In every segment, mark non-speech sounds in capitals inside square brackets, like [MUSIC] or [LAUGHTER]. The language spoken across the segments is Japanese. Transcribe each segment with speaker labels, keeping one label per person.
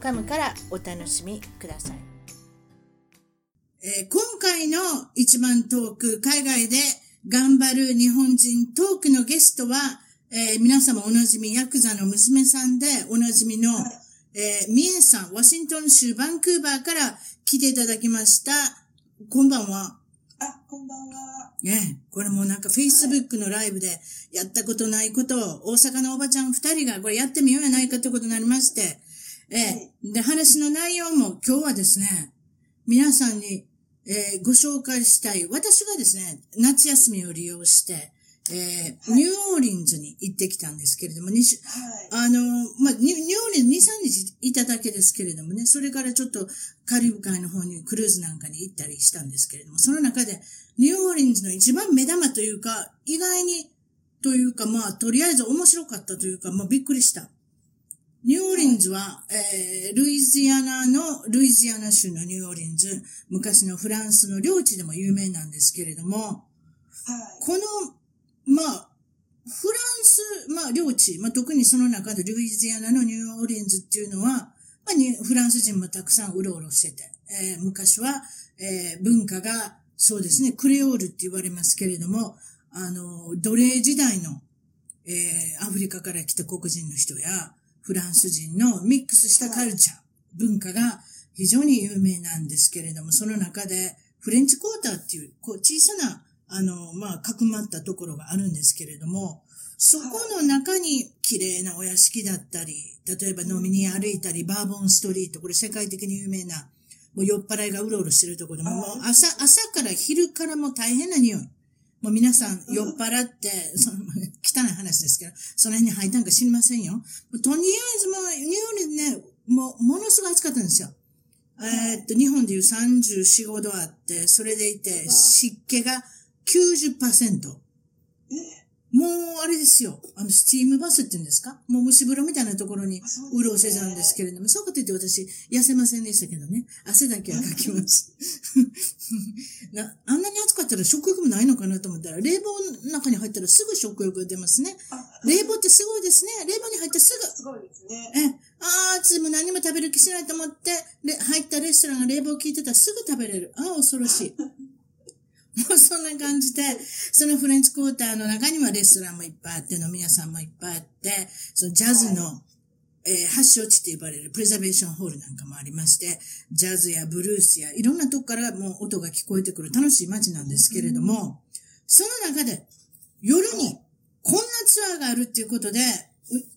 Speaker 1: .com からお楽しみください、えー今回の一番トーク海外で頑張る日本人トークのゲストは、えー皆様おなじみヤクザの娘さんでおなじみの、えー、ミエさんワシントン州バンクーバーから来ていただきましたこんばんは
Speaker 2: あ、こんばんは。
Speaker 1: ねえ、これもうなんか Facebook のライブでやったことないことを大阪のおばちゃん二人がこれやってみようやないかということになりまして、ええ、で、話の内容も今日はですね、皆さんに、えーご紹介したい、私がですね、夏休みを利用して、えー
Speaker 2: はい
Speaker 1: ニューオーリンズに行ってきたんですけれども、にし
Speaker 2: はい。
Speaker 1: あの、まあ、ニュニューオーリンズ2、3日いただけですけれどもね、それからちょっとカリブ海の方にクルーズなんかに行ったりしたんですけれども、その中でニューオーリンズの一番目玉というか、意外にというか、まあ、とりあえず面白かったというか、まあ、びっくりした。ニューオーリンズは、えー、ルイジアナの、ルイジアナ州のニューオーリンズ、昔のフランスの領地でも有名なんですけれども、
Speaker 2: はい。
Speaker 1: この、まあ、フランス、まあ、領地、まあ、特にその中でルイジアナのニューオーリンズっていうのは、まあ、にフランス人もたくさんうろうろしてて、えー昔は、えー文化が、そうですね、クレオールって言われますけれども、あの、奴隷時代の、えーアフリカから来た黒人の人や、フランス人のミックスしたカルチャー、文化が非常に有名なんですけれども、その中で、フレンチクォーターっていう、こう、小さな、あの、まあ、かくまったところがあるんですけれども、そこの中に綺麗なお屋敷だったり、例えば飲みに歩いたり、バーボンストリート、これ世界的に有名な、もう酔っ払いがうろうろしてるところでも、
Speaker 2: はい
Speaker 1: もう朝、朝から昼からも大変な匂い。もう皆さん酔っ払って、その、汚い話ですけど、その辺に入ったんか知りませんよ。もうとりあえずもう、ニューヨークね、もう、ものすごい暑かったんですよ。えーっと、日本でいう34、5度あって、それでいて、湿気が90%。
Speaker 2: え、
Speaker 1: もう、あれですよ。あの、スチームバスって言うんですかもう蒸し風呂みたいなところにうろうせたんですけれども、そうかと言って私、痩せませんでしたけどね。汗だけはかきます。 [LAUGHS] なあんなに暑かったら食欲もないのかなと思ったら、冷房の中に入ったらすぐ食欲が出ますね。
Speaker 2: あ、
Speaker 1: 冷房ってすごいですね。冷房に入ったらすぐ
Speaker 2: すごいですね。
Speaker 1: え、あー、つも何も食べる気しないと思って、で入ったレストランが冷房効いてたらすぐ食べれる。ああ、恐ろしい。 [LAUGHS] もうそんな感じで、そのフレンチクォーターの中にはレストランもいっぱいあって、飲み屋さんもいっぱいあって、そのジャズの、えー発祥地って呼ばれるプレザベーションホールなんかもありまして、ジャズやブルースやいろんなとこからもう音が聞こえてくる楽しい街なんですけれども、その中で夜にこんなツアーがあるっていうことで、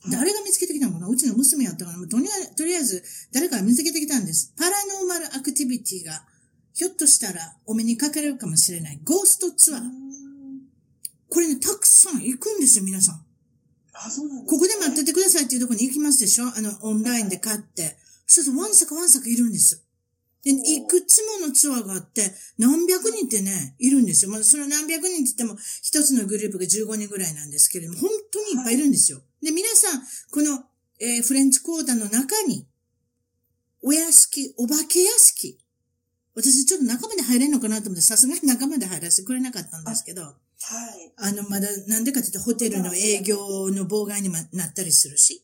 Speaker 1: う誰が見つけてきたのかなうちの娘やったから、もうとりあえずとりあえず誰かが見つけてきたんです。パラノーマルアクティビティが、ひょっとしたらお目にかかれるかもしれない。ゴーストツアー
Speaker 2: う。ん
Speaker 1: これね、たくさん行くんですよ、皆さん。
Speaker 2: あ、そうなんです
Speaker 1: ここで待っててくださいっていうところに行きますでしょあの、オンラインで買って。そうすると、わんさかわんさかいるんです。で、いくつものツアーがあって、何百人ってね、いるんですよ。まあ、その何百人って言っても、一つのグループが15人ぐらいなんですけれども、本当にいっぱいいるんですよ。で、皆さん、この、えーフレンチコーダーの中に、お屋敷、お化け屋敷。私、ちょっと中まで入れんのかなと思って、さすがに中まで入らせてくれなかったんですけど、
Speaker 2: はい。
Speaker 1: あの、まだ、なんでかって言ったらホテルの営業の妨害にもなったりするし、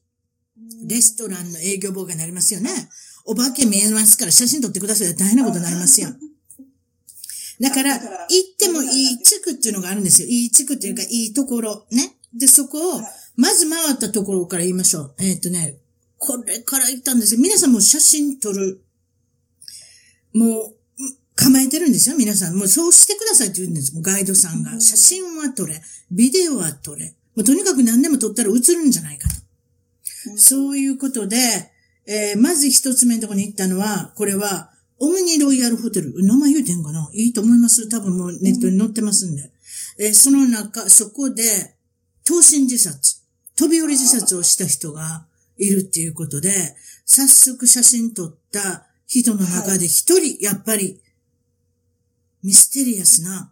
Speaker 1: レストランの営業妨害になりますよね。お化け見えますから写真撮ってくださいって大変なことになりますよ。だから、
Speaker 2: だ
Speaker 1: 行
Speaker 2: か
Speaker 1: っ
Speaker 2: ら
Speaker 1: てもいい地区っていうのがあるんですよ。いい地区っていうか、いいところ。ね。で、そこを
Speaker 2: はい、
Speaker 1: まず回ったところから言いましょう。えーっ、とね、これから行ったんですよ。皆さんもう写真撮る。もう、ん構えてるんですよ、皆さん。もうそうしてくださいって言うんです。もうガイドさん
Speaker 2: う
Speaker 1: が。
Speaker 2: ん
Speaker 1: 写真は撮れ。ビデオは撮れ。もうとにかく何でも撮ったら映るんじゃないかと。
Speaker 2: うん
Speaker 1: そういうことで、えーまず一つ目のところに行ったのは、これは、オムニロイヤルホテル。名前言うてんかないいと思います。多分もうネットに載ってますんで。えーその中、そこで、投身自殺、飛び降り自殺をした人がいるっていうことで、早速写真撮った人の中で一人、やっぱり、ミステリアスな、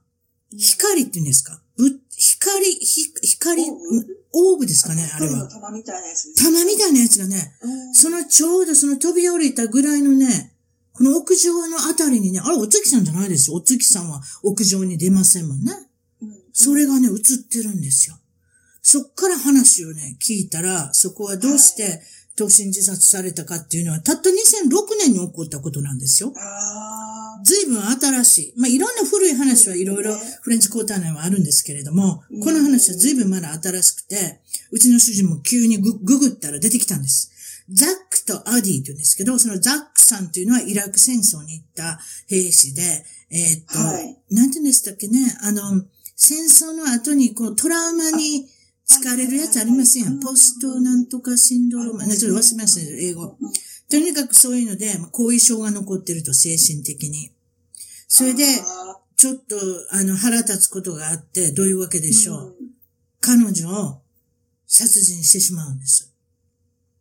Speaker 1: 光って言うんですかぶ光、ひ光、
Speaker 2: オーブ
Speaker 1: オーブですかねあれ
Speaker 2: 鳥の
Speaker 1: は。
Speaker 2: 玉みたいなやつです。
Speaker 1: 玉みたいなやつがね、
Speaker 2: うん
Speaker 1: そのちょうどその飛び降りたぐらいのね、この屋上のあたりにね、あれ、お月さんじゃないですよ。お月さんは屋上に出ませんもんね。
Speaker 2: うん
Speaker 1: それがね、映ってるんですよ。そっから話をね、聞いたら、そこはどうして、投身自殺されたかっていうのは、たった2006年に起こったことなんですよ。
Speaker 2: あ
Speaker 1: 随分新しい。まあ、いろんな古い話はいろいろ
Speaker 2: そうですね
Speaker 1: フレンチコーター内はあるんですけれども
Speaker 2: うん、
Speaker 1: この話は随分まだ新しくて、うちの主人も急にグググったら出てきたんです。ザックとアディって言うんですけど、そのザックさんっていうのはイラク戦争に行った兵士で、えーっと、
Speaker 2: はい
Speaker 1: なんて言うんでしたっけね、あの、戦争の後にこうトラウマに疲れるやつありませんやん。ポストなんとかシンドローム、ねちょっと忘れましたけど、英語。とにかくそういうので、まあ後遺症が残ってると、精神的に。それで、
Speaker 2: あ
Speaker 1: ちょっと、あの、腹立つことがあって、どういうわけで
Speaker 2: ー
Speaker 1: しょう。
Speaker 2: うん
Speaker 1: 彼女を殺人してしまうんです。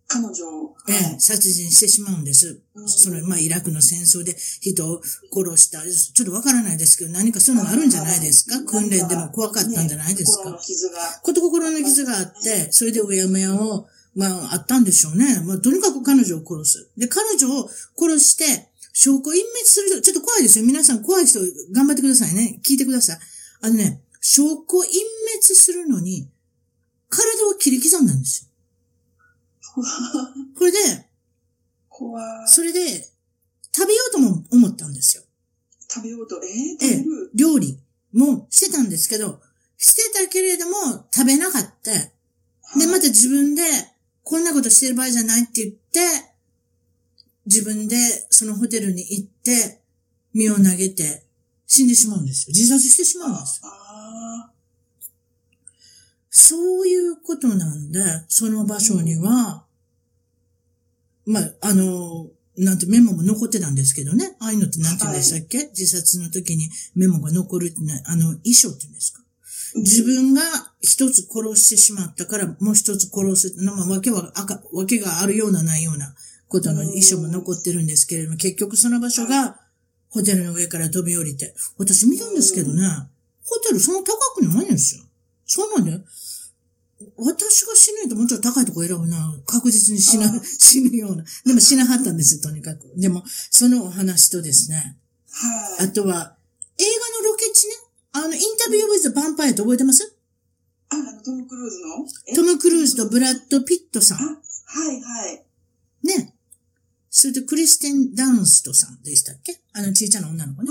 Speaker 2: 彼女を。
Speaker 1: ええ、殺人してしまうんです。
Speaker 2: うん
Speaker 1: その、まあ、イラクの戦争で人を殺した。ちょっとわからないですけど、何かそういうのがあるんじゃないですか訓練でも怖かったんじゃないです
Speaker 2: 心
Speaker 1: か
Speaker 2: の傷が。
Speaker 1: こと心の傷があって、それでうやむやを、まあ、あったんでしょうね。まあ、とにかく彼女を殺す。で、彼女を殺して、証拠隠滅する人、ちょっと怖いですよ。皆さん怖い人、頑張ってくださいね。聞いてください。あのね、証拠隠滅するのに、体を切り刻んだん
Speaker 2: [LAUGHS]
Speaker 1: ですよ。これで、
Speaker 2: 怖い。
Speaker 1: それで、食べようとも思ったんですよ。
Speaker 2: 食べようと、えー、
Speaker 1: え
Speaker 2: 食べ
Speaker 1: え
Speaker 2: る、
Speaker 1: 料理もしてたんですけど、してたけれども、食べなかった。で、また自分で、こんなことしてる場合じゃないって言って、自分でそのホテルに行って、身を投げて死んでしまうんですよ。自殺してしまうんですよ。
Speaker 2: あ
Speaker 1: そういうことなんで、その場所には、まあ、あの、なんてメモも残ってたんですけどね。ああいうのってなんて言うんでしたっけ、自殺の時にメモが残るってね、あの、遺書って言うんですか
Speaker 2: ー
Speaker 1: 自分が一つ殺してしまったから、もう一つ殺す。まあ、わけは、あか、わけがあるようなないようなことの遺書も残ってるんですけれども、結局その場所が、ホテルの上から飛び降りて。私見たんですけどね、ホテルそんな高くないんですよ。そんなんで、私が死ぬともうちょっと高いとこ選ぶな。確実に死な
Speaker 2: あ、
Speaker 1: 死ぬような。でも死なはったんですよ、とにかく。でも、そのお話とですね、
Speaker 2: は
Speaker 1: あ
Speaker 2: い。
Speaker 1: とは、映画のロケ地ね。あの、インタビュー・ウィズ・ヴァンパイアって覚えてます
Speaker 2: あ、あの、トム・クルーズのえ
Speaker 1: トム・クルーズとブラッド・ピットさん。
Speaker 2: あ、はい、はい。
Speaker 1: ね。それとクリステン・ダンストさんでしたっけあの、ちいちゃな女の子ね。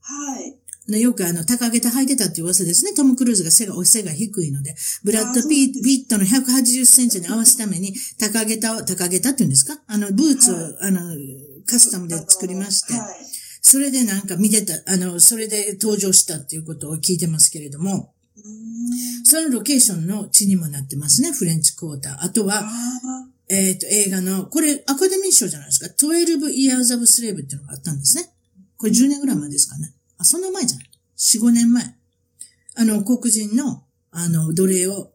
Speaker 2: はい。
Speaker 1: ねよくあの、高げた履いてたっていう噂ですね。トム・クルーズが背が、お背が低いので、ブラッド・ピ
Speaker 2: あー
Speaker 1: ピットの180センチに合わすために、高げたを、高げたっていうんですかあの、ブーツを、
Speaker 2: はい
Speaker 1: あの、カスタムで作りまして
Speaker 2: あ、のはい。
Speaker 1: それでなんか見てた、あの、それで登場したっていうことを聞いてますけれども、
Speaker 2: うーん
Speaker 1: そのロケーションの地にもなってますね、フレンチクォーター。あとは、
Speaker 2: あ
Speaker 1: えっ、と、映画の、これ、アカデミー賞じゃないですか。12 Years of Slave っていうのがあったんですね。これ10年ぐらい前ですかね。あ、そんな前じゃない。4、5年前。あの、黒人の、あの、奴隷を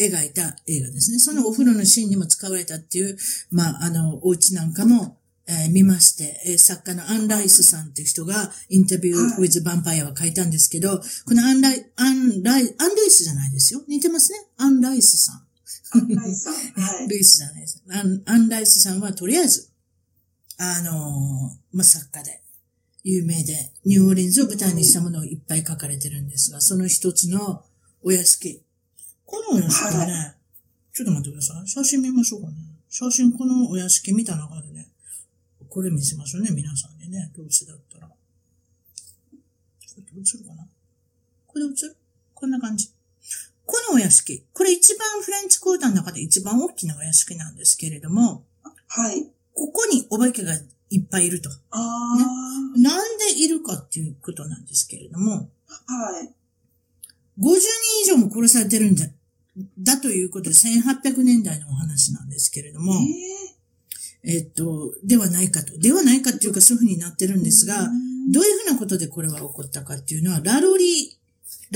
Speaker 1: 描いた映画ですね。そのお風呂のシーンにも使われたっていう、まあ、あの、お家なんかも、えー見まして、えー作家のアン・ライスさんっていう人が、インタビュー・ウィズ・ヴァンパイアは書いたんですけど、このアン・ライ、アン・ライ、アン・ルイスじゃないですよ。似てますね。アン・ライスさん。
Speaker 2: ーあ、ライさん。はい。
Speaker 1: ルイスじゃないです。アンアンライスさんはとりあえず、あのーまあ、作家で、有名で、ニューオーリンズを舞台にしたものをいっぱい書かれてるんですが、その一つのお屋敷。このお屋敷はね、ちょっと待ってください。写真見ましょうかね。写真このお屋敷見た中でね、これ見せましょうね、皆さんにね、どうせだったら。これって映るかなこれ映るこんな感じ。このお屋敷、これ一番フレンチコーターの中で一番大きなお屋敷なんですけれども、
Speaker 2: はい。
Speaker 1: ここにお化けがいっぱいいると。
Speaker 2: あー
Speaker 1: なんでいるかっていうことなんですけれども、
Speaker 2: はい。
Speaker 1: 50人以上も殺されてるんだ、だということで1800年代のお話なんですけれども、
Speaker 2: え
Speaker 1: えっと、ではないかと。ではないかっていうかそういうふうになってるん
Speaker 2: ー
Speaker 1: ですが
Speaker 2: う、ん
Speaker 1: どういうふうなことでこれは起こったかっていうのは、ラロリー、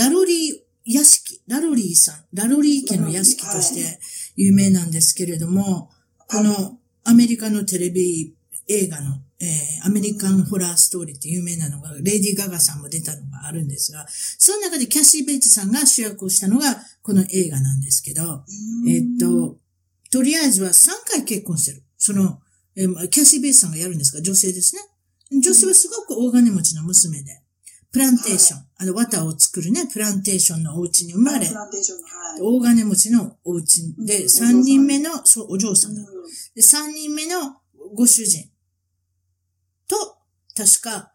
Speaker 1: ラロリー屋敷、ラロリーさん、ラロリー家の屋敷として有名なんですけれども、このアメリカのテレビ映画の、えーアメリカンホラーストーリーって有名なのが、レディー・ガガさんも出たのがあるんですが、その中でキャシー・ベイツさんが主役をしたのが、この映画なんですけど、えっと、とりあえずは3回結婚してる。その、えーまあキャシー・ベイツさんがやるんですが、女性ですね。女性はすごく大金持ちの娘で、プランテーション、あの、綿を作るね、プランテーションのお家に生まれ
Speaker 2: プ、ランテーションの、はい。
Speaker 1: 大金持ちのお家で、
Speaker 2: うん
Speaker 1: 3人目の、そう、お嬢さんだ。
Speaker 2: うん
Speaker 1: で、3人目のご主人と、確か、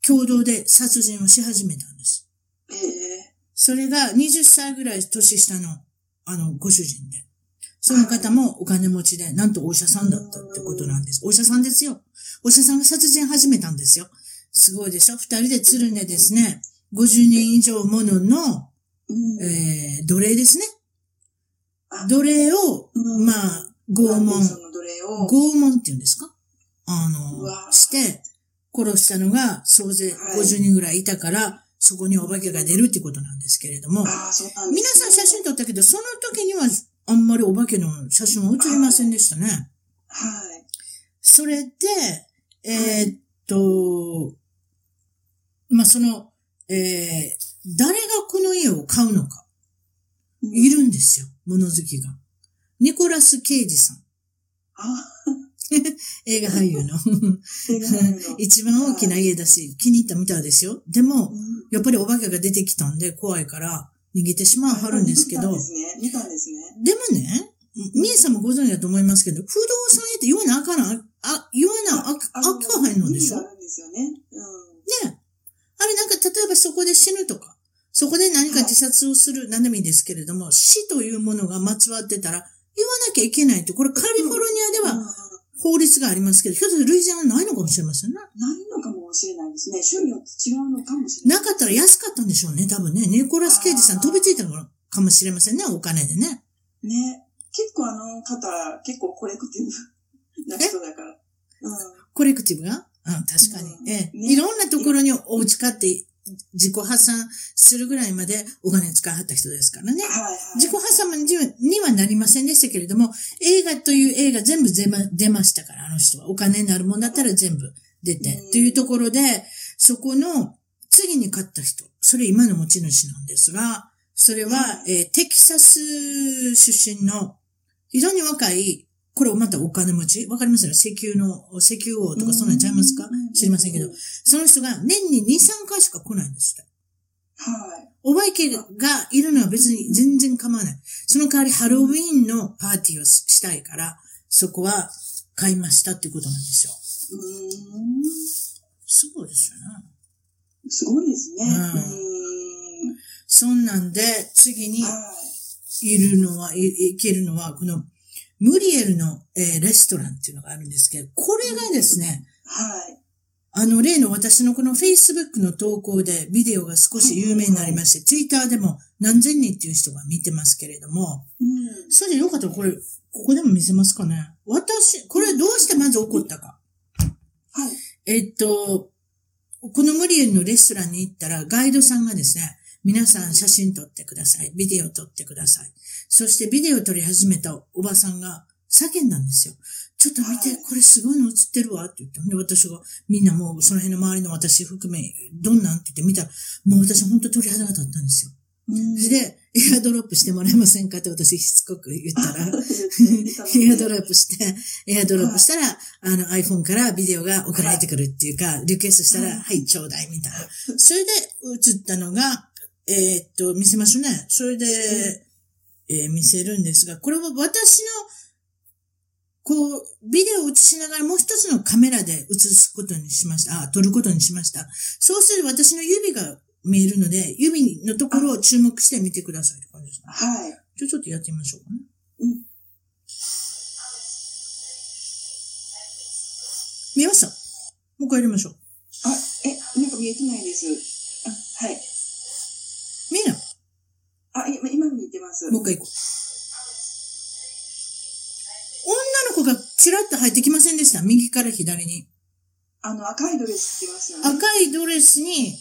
Speaker 1: 共同で殺人をし始めたんです。
Speaker 2: え
Speaker 1: それが20歳ぐらい年下の、あの、ご主人で。その方もお金持ちで、なんとお医者さんだったってことなんです。お医者さんですよ。お医者さんが殺人始めたんですよ。すごいでしょ二人でつるんでですね、50人以上ものの、
Speaker 2: えうん
Speaker 1: えー、奴隷ですね
Speaker 2: あ。
Speaker 1: 奴隷を、
Speaker 2: うん
Speaker 1: まあ、拷
Speaker 2: プランテー
Speaker 1: 問。
Speaker 2: ションの奴隷を、
Speaker 1: 拷問って言うんですかあ
Speaker 2: うわ
Speaker 1: の、して、殺したのが総勢50人ぐらいいたから、そこにお化けが出るってことなんですけれども、
Speaker 2: ああ、そうなんで
Speaker 1: 皆
Speaker 2: す、
Speaker 1: さん写真撮ったけど、その時にはあんまりお化けの写真は写りませんでしたね。
Speaker 2: はい。
Speaker 1: それで、えーっと、まあ、その、えー誰がこの家を買うのか。いるんですよ、物好きが。ニコラス・ケイジさん。
Speaker 2: あ
Speaker 1: 映画俳優の。
Speaker 2: ー手が入るの
Speaker 1: 一番大きな家だし、気に入ったみたいですよ。でも、
Speaker 2: うん
Speaker 1: やっぱりお化けが出てきたんで怖いから逃げてしまうはるんですけど、で
Speaker 2: 見たん
Speaker 1: も
Speaker 2: ですね。見たんですね。
Speaker 1: ね、みえさんもご存知だと思いますけど、不動産屋って言わなあかんの、あ、言わなあ、あ、
Speaker 2: あ
Speaker 1: あ
Speaker 2: の
Speaker 1: きはへんのでしょね。
Speaker 2: 意味があるんですよね。うん。
Speaker 1: あれなんか例えばそこで死ぬとか、そこで何か自殺をする、何でもいいんですけれども、死というものがまつわってたら、言わなきゃいけないと。これカリフォルニアでは
Speaker 2: う
Speaker 1: 法律がありますけど、ひょっとしたら類似はないのかもしれませんね。
Speaker 2: んないのかもしれないですね。種類によって違うのかもしれない。
Speaker 1: なかったら安かったんでしょうね、多分ね。ニコラス・ケイジさん
Speaker 2: あー
Speaker 1: 飛びついたのかもしれませんね、お金でね。
Speaker 2: ね。結構あの方、結構コレクティブな人だから。うん。
Speaker 1: コレクティブがうん、確か
Speaker 2: うん
Speaker 1: に。ええ。
Speaker 2: ね
Speaker 1: いろんなところにお家買って自己破産するぐらいまでお金使いはった人ですからね。
Speaker 2: はいはい。
Speaker 1: 自己破産にはにはなりませんでしたけれども、映画という映画全部出ま出ましたから、あの人は。お金になるもんだったら全部出て。
Speaker 2: うん
Speaker 1: というところで、そこの次に買った人、それ今の持ち主なんですが、それは、えーテキサス出身の非常に若い、これまたお金持ちわかりますよね石油の、石油王とかそんなんちゃいますか
Speaker 2: うん
Speaker 1: 知りませんけど
Speaker 2: は、
Speaker 1: その人が年に2、3回しか来ないんですって。
Speaker 2: い。
Speaker 1: お化けがいるのは別に全然構わない。その代わりハロウィーンのパーティーをししたいから、そこは買いましたっていうことなんですよ。
Speaker 2: うー
Speaker 1: すごいですよね。
Speaker 2: ん。すごいですね。う
Speaker 1: うん
Speaker 2: ーん。
Speaker 1: そんなんで、次に
Speaker 2: はい。
Speaker 1: いるのは、い行けるのは、この、ムリエルの、えーレストランっていうのがあるんですけど、これがですね、
Speaker 2: はい。
Speaker 1: あの、例の私のこの Facebook の投稿でビデオが少し有名になりまして、Twitter でも何千人っていう人が見てますけれども、
Speaker 2: うん。
Speaker 1: それでよかったらこれ、ここでも見せますかね。私、これどうしてまず起こったか。
Speaker 2: はい。
Speaker 1: えっと、このムリエルのレストランに行ったらガイドさんがですね、皆さん写真撮ってください。ビデオ撮ってください。そしてビデオ撮り始めたおばさんが叫んだんですよ。ちょっと見て、これすごいの映ってるわって言って、ほんで私がみんなもうその辺の周りの私含め、どんなんって言って見たら、もう私本当鳥肌が立ったんですよ。
Speaker 2: [LAUGHS] うん
Speaker 1: それ、で、エアドロップしてもらえませんかって私しつこく言ったら、 [LAUGHS] エ
Speaker 2: ヘ
Speaker 1: アドロップして、エアドロップしたら、あの iPhone からビデオが送られてくるっていうか、リクエストした
Speaker 2: は
Speaker 1: ら、
Speaker 2: い
Speaker 1: はい、ちょうだいみたいな。それで映ったのが、えーっと、見せましょうね。それで、えー見せるんですが、これは私の、こう、ビデオを映しながらもう一つのカメラで映すことにしました。あ、撮ることにしました。そうすると私の指が見えるので、指のところを注目して見てくださいって感じですか。
Speaker 2: はい。
Speaker 1: じゃあちょっとやってみましょうかね。
Speaker 2: うん。
Speaker 1: 見えましたもう一回やりましょう。
Speaker 2: あ、え、なんか見えてないです。あ、はい。
Speaker 1: 見えない
Speaker 2: あ、い今見えてます。
Speaker 1: もう一回行こう。女の子がちらっと入ってきませんでした。右から左に。
Speaker 2: あの、赤いドレス着てますよね。
Speaker 1: 赤いドレスに、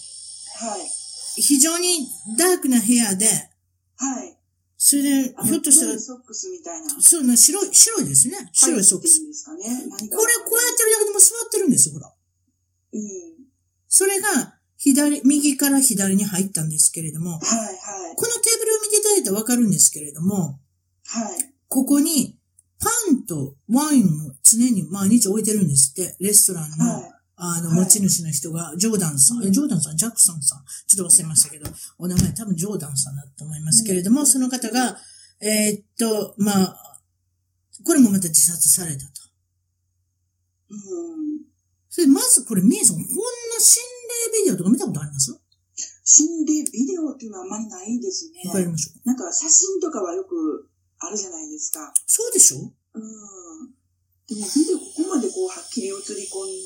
Speaker 2: はい。
Speaker 1: 非常にダークな部屋で、
Speaker 2: はい。
Speaker 1: それで、
Speaker 2: あの
Speaker 1: ひょっとした
Speaker 2: 黒
Speaker 1: ら
Speaker 2: い、ソックスみたいな。
Speaker 1: そうな、白い、白いですね。白いソックス。
Speaker 2: 入ってるんですかね。何か
Speaker 1: これ、こうやってるだけでも座ってるんですよ、ほら。
Speaker 2: うん。
Speaker 1: それが、左、右から左に入ったんですけれども、
Speaker 2: はいはい。
Speaker 1: このテーブルを見ていただいたらわかるんですけれども、
Speaker 2: はい。
Speaker 1: ここに、パンとワインを常に毎日置いてるんですって、レストランの、
Speaker 2: はい。
Speaker 1: あの、
Speaker 2: はい
Speaker 1: 持ち主の人が、ジョーダンさん、えジョーダンさん、ジャクソンさん、ちょっと忘れましたけど、お名前多分ジョーダンさんだと思いますけれども、
Speaker 2: うん
Speaker 1: その方が、えーっと、まあ、これもまた自殺されたと。
Speaker 2: うん。
Speaker 1: それで、まずこれ、みえさん、こんな心霊ビデオとか見たことあります
Speaker 2: 心霊ビデオっていうのはあんまりないですね
Speaker 1: わ。かりましょうか
Speaker 2: なんか写真とかはよくあるじゃないですか。
Speaker 1: そうでしょ
Speaker 2: うん。でもビデオここまでこうはっきり映り込ん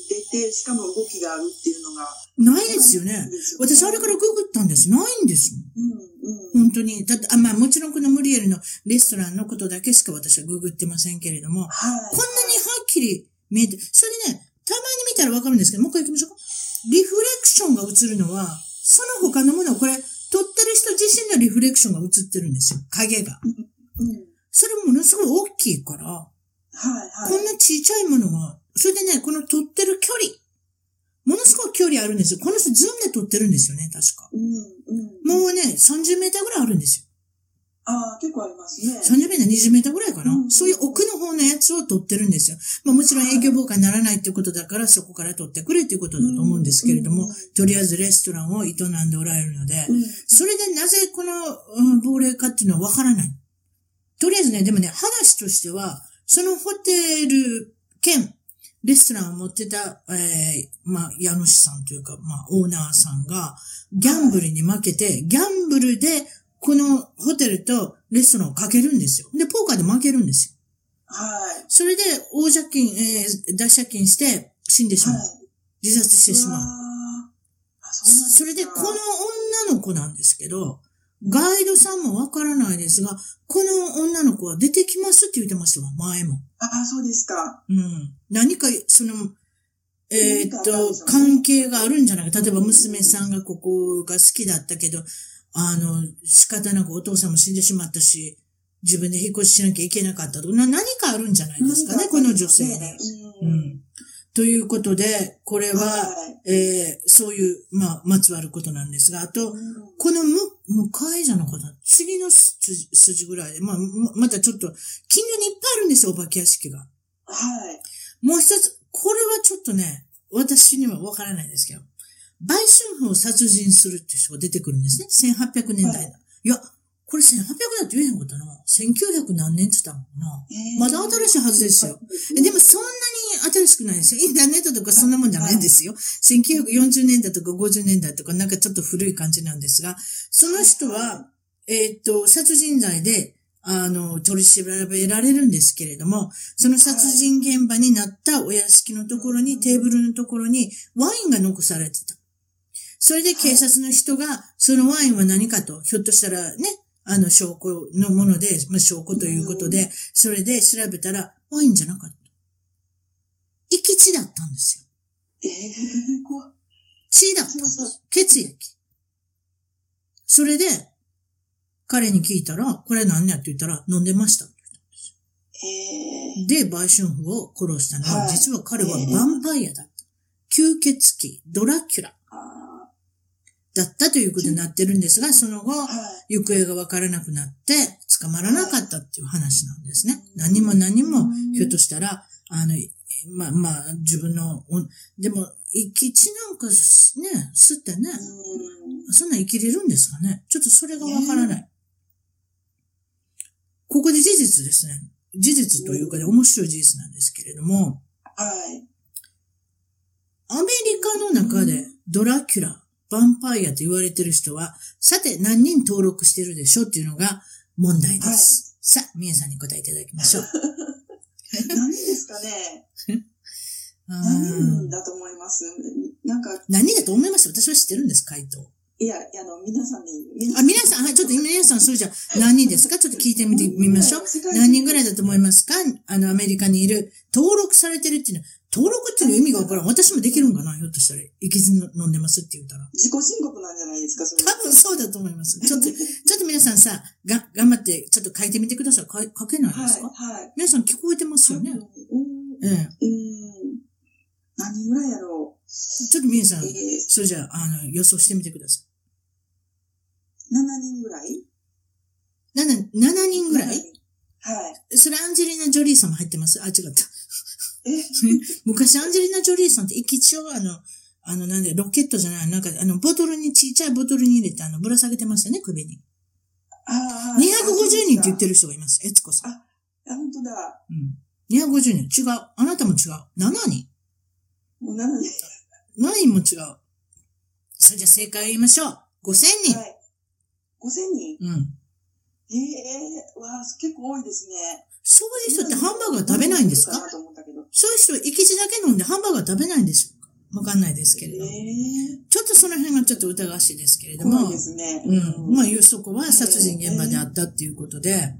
Speaker 2: でて、しかも動きがあるっていうのが
Speaker 1: ないですよ
Speaker 2: いい
Speaker 1: ね。
Speaker 2: ですよね。
Speaker 1: 私、あれからググったんです。ないんですもん。
Speaker 2: うんうん。
Speaker 1: 本当に。だって、あ、まあ、もちろんこのムリエルのレストランのことだけしか私はググってませんけれども、
Speaker 2: はい。
Speaker 1: こんなにはっきり見えて、それでね、たまに見たらわかるんですけど、もう一回行きましょうか。リフレクションが映るのは、その他のものをこれ、撮ってる人自身のリフレクションが映ってるんですよ。影が。
Speaker 2: うん。
Speaker 1: それものすごい大きいから、
Speaker 2: はい
Speaker 1: こ
Speaker 2: はい。
Speaker 1: んなちっちゃいものが、それでね、この撮ってる距離、ものすごい距離あるんですよ。この人ズームで撮ってるんですよね、確か。
Speaker 2: うんうん。
Speaker 1: もうね、30メーターぐらいあるんですよ。
Speaker 2: ああ、結構ありますね。
Speaker 1: 30メーター、20メーターぐらいかな、
Speaker 2: うん
Speaker 1: そういう奥の方のやつを撮ってるんですよ。まあもちろん営業妨害にならないってことだから、そこから撮ってくれっていうことだと思うんですけれども、
Speaker 2: うん
Speaker 1: とりあえずレストランを営んでおられるので、
Speaker 2: うん。
Speaker 1: それでなぜこの、うん、亡霊かっていうのはわからない。とりあえずね、でもね、話としては、そのホテル兼レストランを持ってた、えー、まあ、家主さんというか、まあ、オーナーさんが、ギャンブルに負けて、ギャンブルで、このホテルとレストランをかけるんですよ。で、ポーカーで負けるんですよ。
Speaker 2: はい。
Speaker 1: それで、大借金、えー、大借金して、死んでしまう。
Speaker 2: はい。
Speaker 1: 自殺してしまう
Speaker 2: わ。ーあ、そうなんです
Speaker 1: そ
Speaker 2: か
Speaker 1: れで、この女の子なんですけど、ガイドさんもわからないですが、この女の子は出てきますって言ってましたわ、前も。
Speaker 2: ああ、そうですか。
Speaker 1: うん。何か、その、えーっと
Speaker 2: 何かあったんです、よね
Speaker 1: 関係があるんじゃないか。例えば、娘さんがここが好きだったけど、あの、仕方なくお父さんも死んでしまったし、自分で引っ越ししなきゃいけなかったとか、な何かあるんじゃないですかね、この女性に。
Speaker 2: う。
Speaker 1: うんん。ということで、これは、
Speaker 2: はい
Speaker 1: えーそういう、まあ、まつわることなんですが、あと、
Speaker 2: うん
Speaker 1: このむ、向かいじゃなかった次の筋筋ぐらいで、まあ、ままたちょっと、近所にいっぱいあるんですよ、お化け屋敷が。
Speaker 2: はい。
Speaker 1: もう一つ、これはちょっとね、私にはわからないですけど、売春婦を殺人するっていう人が出てくるんですね。1800年代だ。、
Speaker 2: はい
Speaker 1: や、これ1800だって言えへんことな。1900何年って言ったのかな。まだ新しいはずですよ。えでもそんなに新しくないですよ。インターネットとかそんなもんじゃないですよ。1940年代とか50年代とかなんかちょっと古い感じなんですが、その人は、えーっと、殺人罪で、あの、取り調べられるんですけれども、その殺人現場になったお屋敷のところに、テーブルのところにワインが残されてた。それで警察の人が、そのワインは何かと、ひょっとしたらね、あの証拠のもので、まあ、証拠ということで、それで調べたら、ワインじゃなかった。行き地だったんですよ。
Speaker 2: ええ、怖い。
Speaker 1: 血だったんです。血液。それで、彼に聞いたら、これ何やって言ったら、飲んでました。
Speaker 2: ええ。
Speaker 1: で、売春婦を殺したのは、
Speaker 2: はい
Speaker 1: 実は彼はヴァンパイアだった。吸血鬼、ドラキュラ
Speaker 2: あ
Speaker 1: だったということになってるんですが、その後、
Speaker 2: あはい。
Speaker 1: 行方がわからなくなって、捕まらなかったっていう話なんですね。
Speaker 2: うん
Speaker 1: 何も何も
Speaker 2: う、ん
Speaker 1: ひょっとしたら、あの、いまあまあ、自分の、おでも、生き地なんかすね、吸ってね、
Speaker 2: うん。
Speaker 1: そんなん生きれるんですかねちょっとそれがわからない。ここで事実ですね。事実というかね、面白い事実なんですけれども、 [LAUGHS]
Speaker 2: はい。
Speaker 1: アメリカの中でドラキュラ、ヴァンパイアと言われてる人は、さて何人登録してるでしょうっていうのが問題です。さあ、みえさんに答えていただきましょう。
Speaker 2: 何ですかね。
Speaker 1: うー
Speaker 2: 何
Speaker 1: ん
Speaker 2: だと思います。なんか、
Speaker 1: 何だと思います私は知ってるんです、回答。
Speaker 2: いや、あの、皆さんに、
Speaker 1: あ、皆さん、はい、ちょっと皆さん、それじゃ何人ですかちょっと聞いてみてみましょう。何人ぐらいだと思いますかあの、アメリカにいる、登録されてるっていうのは、登録っていうの意味がわからん。私もできるんかなひょっとしたら、いきず飲んでますって言ったら。
Speaker 2: 自己申告なんじゃないですか、それ。
Speaker 1: 多分そうだと思います。ちょっと、ちょっと皆さんさ、が、頑張って、ちょっと書いてみてください。か書けないですか、
Speaker 2: はい、はい。
Speaker 1: 皆さん聞こえてますよね。
Speaker 2: うん、
Speaker 1: ええ。
Speaker 2: うん。何人ぐらいやろう。
Speaker 1: ちょっと皆さん
Speaker 2: え、ー、
Speaker 1: それじゃあ、あの、予想してみてくださ
Speaker 2: 7人ぐらい
Speaker 1: い。7、7人ぐらい
Speaker 2: はい。
Speaker 1: それアンジェリーナ・ジョリーさんも入ってますあ、違った。
Speaker 2: え、
Speaker 1: 昔アンジェリーナ・ジョリーさんって一応あの、あの、なんで、ロケットじゃない、なんか、あの、ボトルに、ちっちゃいボトルに入れて、あの、ぶら下げてましたね、首に。
Speaker 2: ああ。
Speaker 1: 250人って言って
Speaker 2: る。
Speaker 1: る人がいます、えつこさん。
Speaker 2: あ、本当だ。
Speaker 1: うん。250人。違う。あなたも違う。7人。
Speaker 2: もう7人。
Speaker 1: 7人も違う。それじゃあ正解を言いましょう。5000人。
Speaker 2: はい。5000人
Speaker 1: うん。
Speaker 2: ええー、わあ、結構多いですね。
Speaker 1: そういう人ってハンバーガー食べないんですか
Speaker 2: と思ったけど。
Speaker 1: そういう人、生き地だけ飲んでハンバーガー食べないんでしょうかわかんないですけ
Speaker 2: え
Speaker 1: れども。
Speaker 2: え
Speaker 1: ちょっとその辺がちょっと疑わしいですけれ
Speaker 2: ー、
Speaker 1: ども。
Speaker 2: 怖いですね。
Speaker 1: うん。まあ、
Speaker 2: はい。
Speaker 1: いうそこは殺人現場であったっていうことで、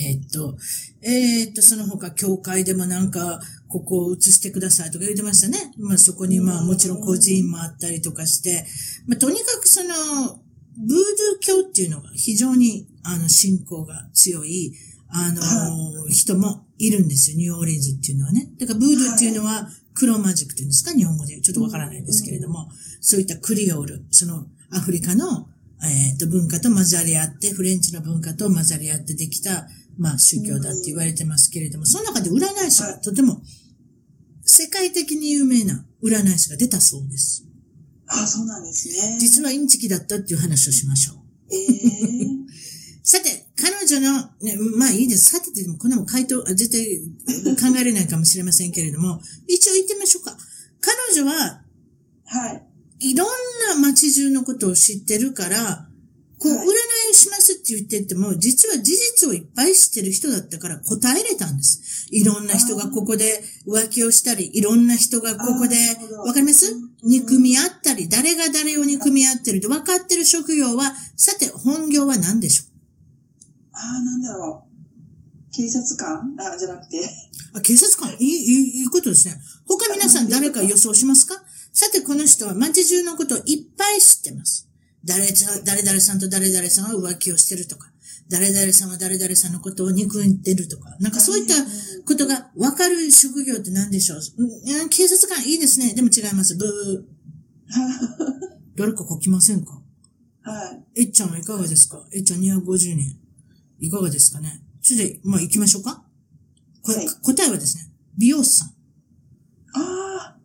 Speaker 1: えっと、えっと、その他、教会でもなんか、ここを移してくださいとか言ってましたね。まあ、そこにまあ、もちろん個人もあったりとかして、まあ、とにかくその、ブードゥー教っていうのが非常に、あの、信仰が強い、あの、人もいるんですよ、ニューオーリンズっていうのはね。だから、ブードゥーっていうのは、黒マジックっていうんですか日本語で。ちょっとわからないですけれども、そういったクリオール、その、アフリカの、えっと、文化と混ざり合って、フレンチの文化と混ざり合ってできた、まあ、宗教だって言われてますけれども、その中で占い師がとても、世界的に有名な占い師が出たそうです。
Speaker 2: あ、そうなんですね。
Speaker 1: 実
Speaker 2: は。
Speaker 1: はインチキだったっていう話をしましょう。
Speaker 2: ええー。
Speaker 1: さて、彼女の、ね、まあいいです。さてってでもこんなもん回答、あ絶対考えれないかもしれませんけれども、一応言ってみましょうか。彼女は、
Speaker 2: はい。
Speaker 1: いろんな街中のことを知ってるから、こう、占
Speaker 2: はい
Speaker 1: いをしますって言ってても、実は事実をいっぱい知ってる人だったから答えれたんです。いろんな人がここで浮気をしたり、いろんな人がここで
Speaker 2: あーなるほど、
Speaker 1: わかります
Speaker 2: うん
Speaker 1: 憎み合ったり、誰が誰を憎み合ってると分かってる職業は、さて、本業は何でしょ
Speaker 2: ああ、なんだろう。警察官あ、じゃなくて。
Speaker 1: うあ、警察官、いい、いい、いいことですね。他皆さん誰か予想しますかさて、この人は街中のことをいっぱい知ってます。誰さ、誰々さんと誰々さんは浮気をしてるとか、誰々さんは誰々さんのことを憎んでるとか、なんかそういったことが分かる職業って何でしょううんうん警察官いいですね。でも違います。ブー。誰か書きませんか
Speaker 2: はい。
Speaker 1: えっちゃんはいかがですかえっちゃん250人。いかがですかねそれで、まあ行きましょうかこれ、
Speaker 2: はい
Speaker 1: 答えはですね、美容師さん。
Speaker 2: ああ。あ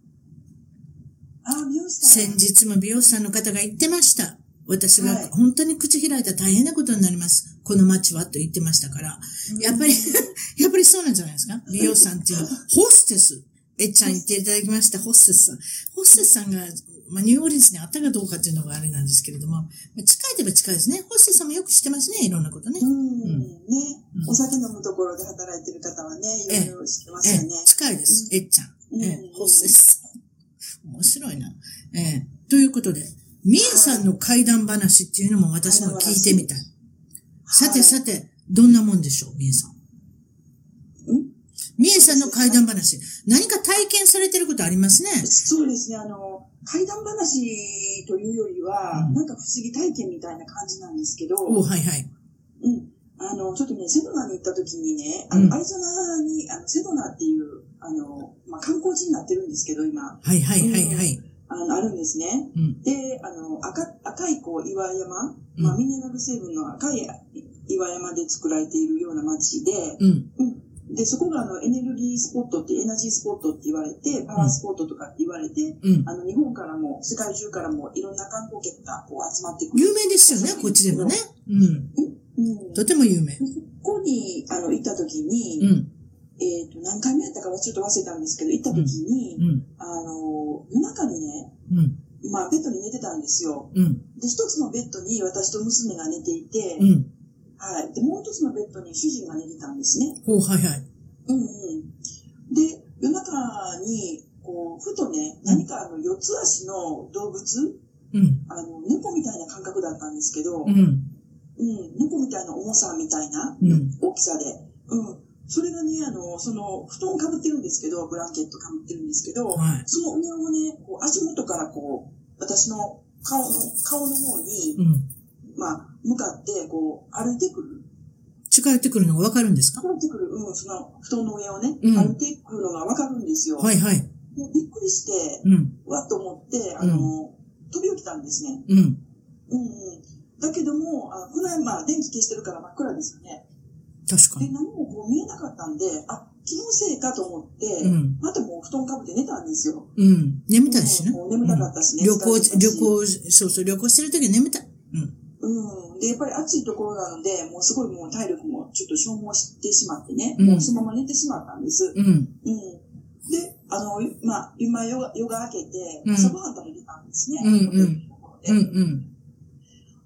Speaker 2: あ、美容師さん。
Speaker 1: 先日も美容師さんの方が言ってました。私が
Speaker 2: はい
Speaker 1: 本当に口開いたら大変なことになります。この街はと言ってましたから。やっぱり、 [LAUGHS] やっぱりそうなんじゃないですか美容師さんっていうのは、ホステス。えっちゃん言っていただきました、ホステスさん。ホステスさんが、まあ、ニューオーリンズにあったかどうかっていうのがあれなんですけれども、まあ近いといえば近いですね。ホステスさんもよく知ってますね、いろんなことね。
Speaker 2: うん。
Speaker 1: うん
Speaker 2: ね
Speaker 1: う。ん
Speaker 2: お酒飲むところで働いてる方はね、
Speaker 1: ええ
Speaker 2: いろいろ知ってま
Speaker 1: え
Speaker 2: すよね。
Speaker 1: え、近いです。えっちゃん。え
Speaker 2: う
Speaker 1: え
Speaker 2: ん、
Speaker 1: ホステスさん。面白いな。ええ、ということで、みえさんの怪談話っていうのも私も聞いてみたい。さてさて、どんなもんでしょう、みえさん。みえさんの怪談話。何か体験されてることありますね。
Speaker 2: そうですね、あの、怪談話というよりは、
Speaker 1: うん
Speaker 2: なんか不思議体験みたいな感じなんですけど、
Speaker 1: おうはいはい。
Speaker 2: うん。あの、ちょっとね、セドナに行った時にね、あの、
Speaker 1: うん
Speaker 2: アリゾナに、あの、セドナっていう、あの、まあ、観光地になってるんですけど、今、
Speaker 1: はいはいはいはい。
Speaker 2: あの、あるんですね。
Speaker 1: うん。
Speaker 2: で、あの、赤、赤いこう、岩山、
Speaker 1: うん
Speaker 2: まあ、ミネラル成分の赤い岩山で作られているような町で、
Speaker 1: うん。
Speaker 2: うん。で、そこがあの、エネルギースポットって、エナジースポットって言われて、パワースポットとかって言われて、
Speaker 1: うん。
Speaker 2: あの、日本からも、世界中からも、いろんな観光客がこう集まってくる。
Speaker 1: 有名ですよね、こっちでもね。うん。
Speaker 2: うん。
Speaker 1: と
Speaker 2: そ
Speaker 1: ても有名。
Speaker 2: こに、あの、行った時
Speaker 1: う
Speaker 2: に、
Speaker 1: ん。
Speaker 2: えっ、と、何回目やったかはちょっと忘れたんですけど、行った時に、
Speaker 1: うん。
Speaker 2: あの、夜中にね、
Speaker 1: うん。
Speaker 2: まあ、ベッドに寝てたんですよ。
Speaker 1: うん。
Speaker 2: で、一つのベッドに私と娘が寝ていて、
Speaker 1: うん。
Speaker 2: はい。で、もう一つのベッドに主人が寝てたんですね。
Speaker 1: おうはいはい。
Speaker 2: うんうん。で、夜中に、こう、ふとね、何かあの、四つ足の動物
Speaker 1: うん。
Speaker 2: あの、猫みたいな感覚だったんですけど、う、
Speaker 1: うんん。
Speaker 2: 猫みたいな重さみたいな
Speaker 1: うん。
Speaker 2: 大きさで、うん。それがね、あの、その、布団かぶってるんですけど、ブランケットかぶってるんですけど、
Speaker 1: はい。
Speaker 2: その上をね、こう足元からこう、私の顔の、顔の方に、
Speaker 1: うん。
Speaker 2: まあ、向かって、こう、歩いてくる。
Speaker 1: 近寄ってくるのがわかるんですか
Speaker 2: 歩いてくる、うん、その、布団の上をね、
Speaker 1: うん
Speaker 2: 歩いてくるのがわかるんですよ。
Speaker 1: はいはい。
Speaker 2: でびっくりして、
Speaker 1: うん。
Speaker 2: わっと思って、あの、飛び起きたんですね。
Speaker 1: うん。
Speaker 2: うんうん。だけども、あこれはまあ、電気消してるから真っ暗ですよね。
Speaker 1: 確か
Speaker 2: で、
Speaker 1: に。
Speaker 2: 何もこう見えなかったんで、あ、気のせいかと思って、
Speaker 1: うん。
Speaker 2: またもう布団かぶって寝たんですよ。
Speaker 1: うん。眠たいしね。
Speaker 2: もう眠たかったしね。
Speaker 1: 旅
Speaker 2: 疲れて
Speaker 1: 行、
Speaker 2: たし
Speaker 1: 旅行、そうそう、旅行してるときは眠たい。
Speaker 2: うん。で、やっぱり暑いところなので、もうすごいもう体力もちょっと消耗してしまってね、
Speaker 1: うん
Speaker 2: もうそのまま寝てしまったんです。
Speaker 1: うん。
Speaker 2: うん。で、あの、まあ、今夜が、夜が明けて
Speaker 1: うん、
Speaker 2: 朝ごはん食べてたんですね。
Speaker 1: うんうん
Speaker 2: ホテルのところで
Speaker 1: うんうん。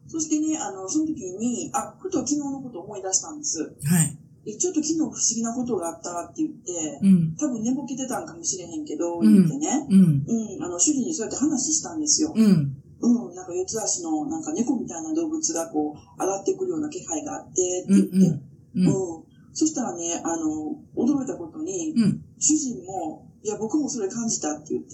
Speaker 2: そしてね、あの、その時に、あ、ふと昨日のことを思い出したんです。
Speaker 1: はい。
Speaker 2: でちょっと昨日不思議なことがあったって言って、
Speaker 1: うん。
Speaker 2: 多分寝ぼけてたんかもしれへんけど、
Speaker 1: うん
Speaker 2: 言ってね。
Speaker 1: うん。
Speaker 2: うん、あの、主人にそうやって話したんですよ。
Speaker 1: うん。
Speaker 2: うん、なんか四つ足のなんか猫みたいな動物がこう、洗ってくるような気配があって、って
Speaker 1: うん。う
Speaker 2: 言っ
Speaker 1: ん。
Speaker 2: て、
Speaker 1: う。
Speaker 2: うんんそしたらね、あの、驚いたことに、
Speaker 1: うん
Speaker 2: 主人も、いや、僕もそれ感じたって言って。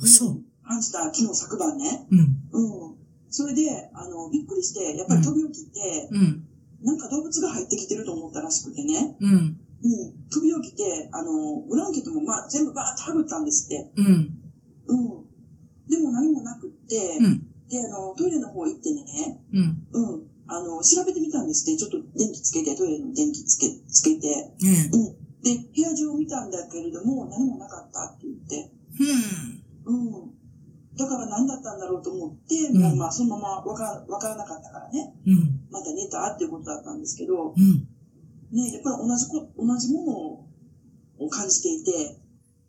Speaker 1: あそう。
Speaker 2: 感じた、昨日昨晩ね。
Speaker 1: うん。
Speaker 2: うん。それで、あの、びっくりして、やっぱり飛び起きて、
Speaker 1: うん。
Speaker 2: なんか動物が入ってきてると思ったらしくてね。
Speaker 1: うん。
Speaker 2: うん。飛び起きて、あの、ブランケットも、まあ、全部バーッとはぐったんですって。
Speaker 1: うん。
Speaker 2: うん。でも何もなくって、
Speaker 1: うん。
Speaker 2: で、あの、トイレの方行ってね、
Speaker 1: うん。
Speaker 2: うん。あの、調べてみたんですって、ちょっと電気つけて、トイレの電気つけ、つけて、
Speaker 1: ええ。
Speaker 2: で、部屋中を見たんだけれども、何もなかったって言って。
Speaker 1: うん。
Speaker 2: うん。だから何だったんだろうと思って、
Speaker 1: うん
Speaker 2: まあまあ、そのままわかわからなかったからね、
Speaker 1: うん。
Speaker 2: また寝たっていうことだったんですけど、
Speaker 1: うん。
Speaker 2: ね、やっぱり同じこ、同じものを感じていて、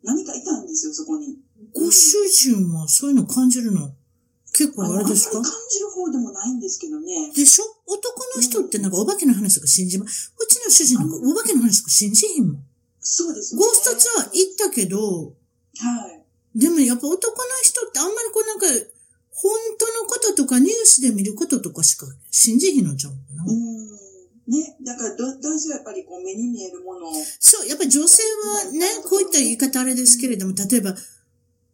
Speaker 2: 何かいたんですよ、そこに。
Speaker 1: ご主人はそういうの感じるの結構あれです
Speaker 2: あ
Speaker 1: か
Speaker 2: んまり感じる方でもないんですけどね。
Speaker 1: でしょ男の人ってなんかお化けの話とか信じま、うちの主人なんかお化けの話とか信じひんもん。
Speaker 2: そうですね。
Speaker 1: ゴーストツアー行ったけど、
Speaker 2: はい。
Speaker 1: でもやっぱ男の人ってあんまりこうなんか、本当のこととかニュースで見ることとかしか信じひんのちゃうかな。
Speaker 2: うん。ね、だからど男性はやっぱりこう目に見えるものを、
Speaker 1: そう、やっぱり女性はね、こういった言い方あれですけれども、例えば、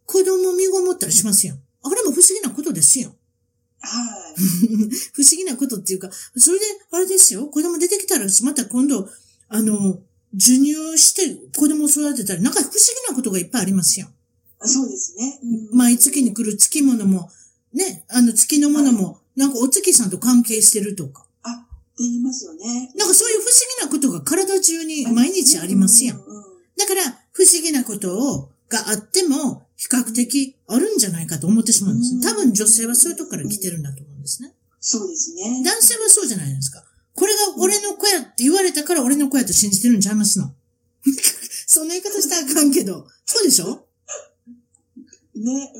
Speaker 1: 子供身ごもったりしますやん。あれも不思議なことですよ。
Speaker 2: はい。
Speaker 1: 不思議なことっていうか、それで、あれですよ、子供出てきたら、また今度、あの、授乳して子供育てたら、なんか不思議なことがいっぱいありますよ。
Speaker 2: そうですね。うん
Speaker 1: 毎月に来る月物も、ね、あの月のものも、なんかお月さんと関係してるとか。
Speaker 2: って言いますよね。
Speaker 1: なんかそういう不思議なことが体中に毎日ありますやん
Speaker 2: う。ううん
Speaker 1: だから、不思議なことを、があっても、比較的あるんじゃないかと思ってしまうんです。多分女性はそういうとこから来てるんだと思うんですね。
Speaker 2: そうですね。
Speaker 1: 男性はそうじゃないですか。これが俺の子やって言われたから俺の子やと信じてるんちゃいますの。 [LAUGHS] そんな言い方したらあかんけど。そうでしょ
Speaker 2: ね、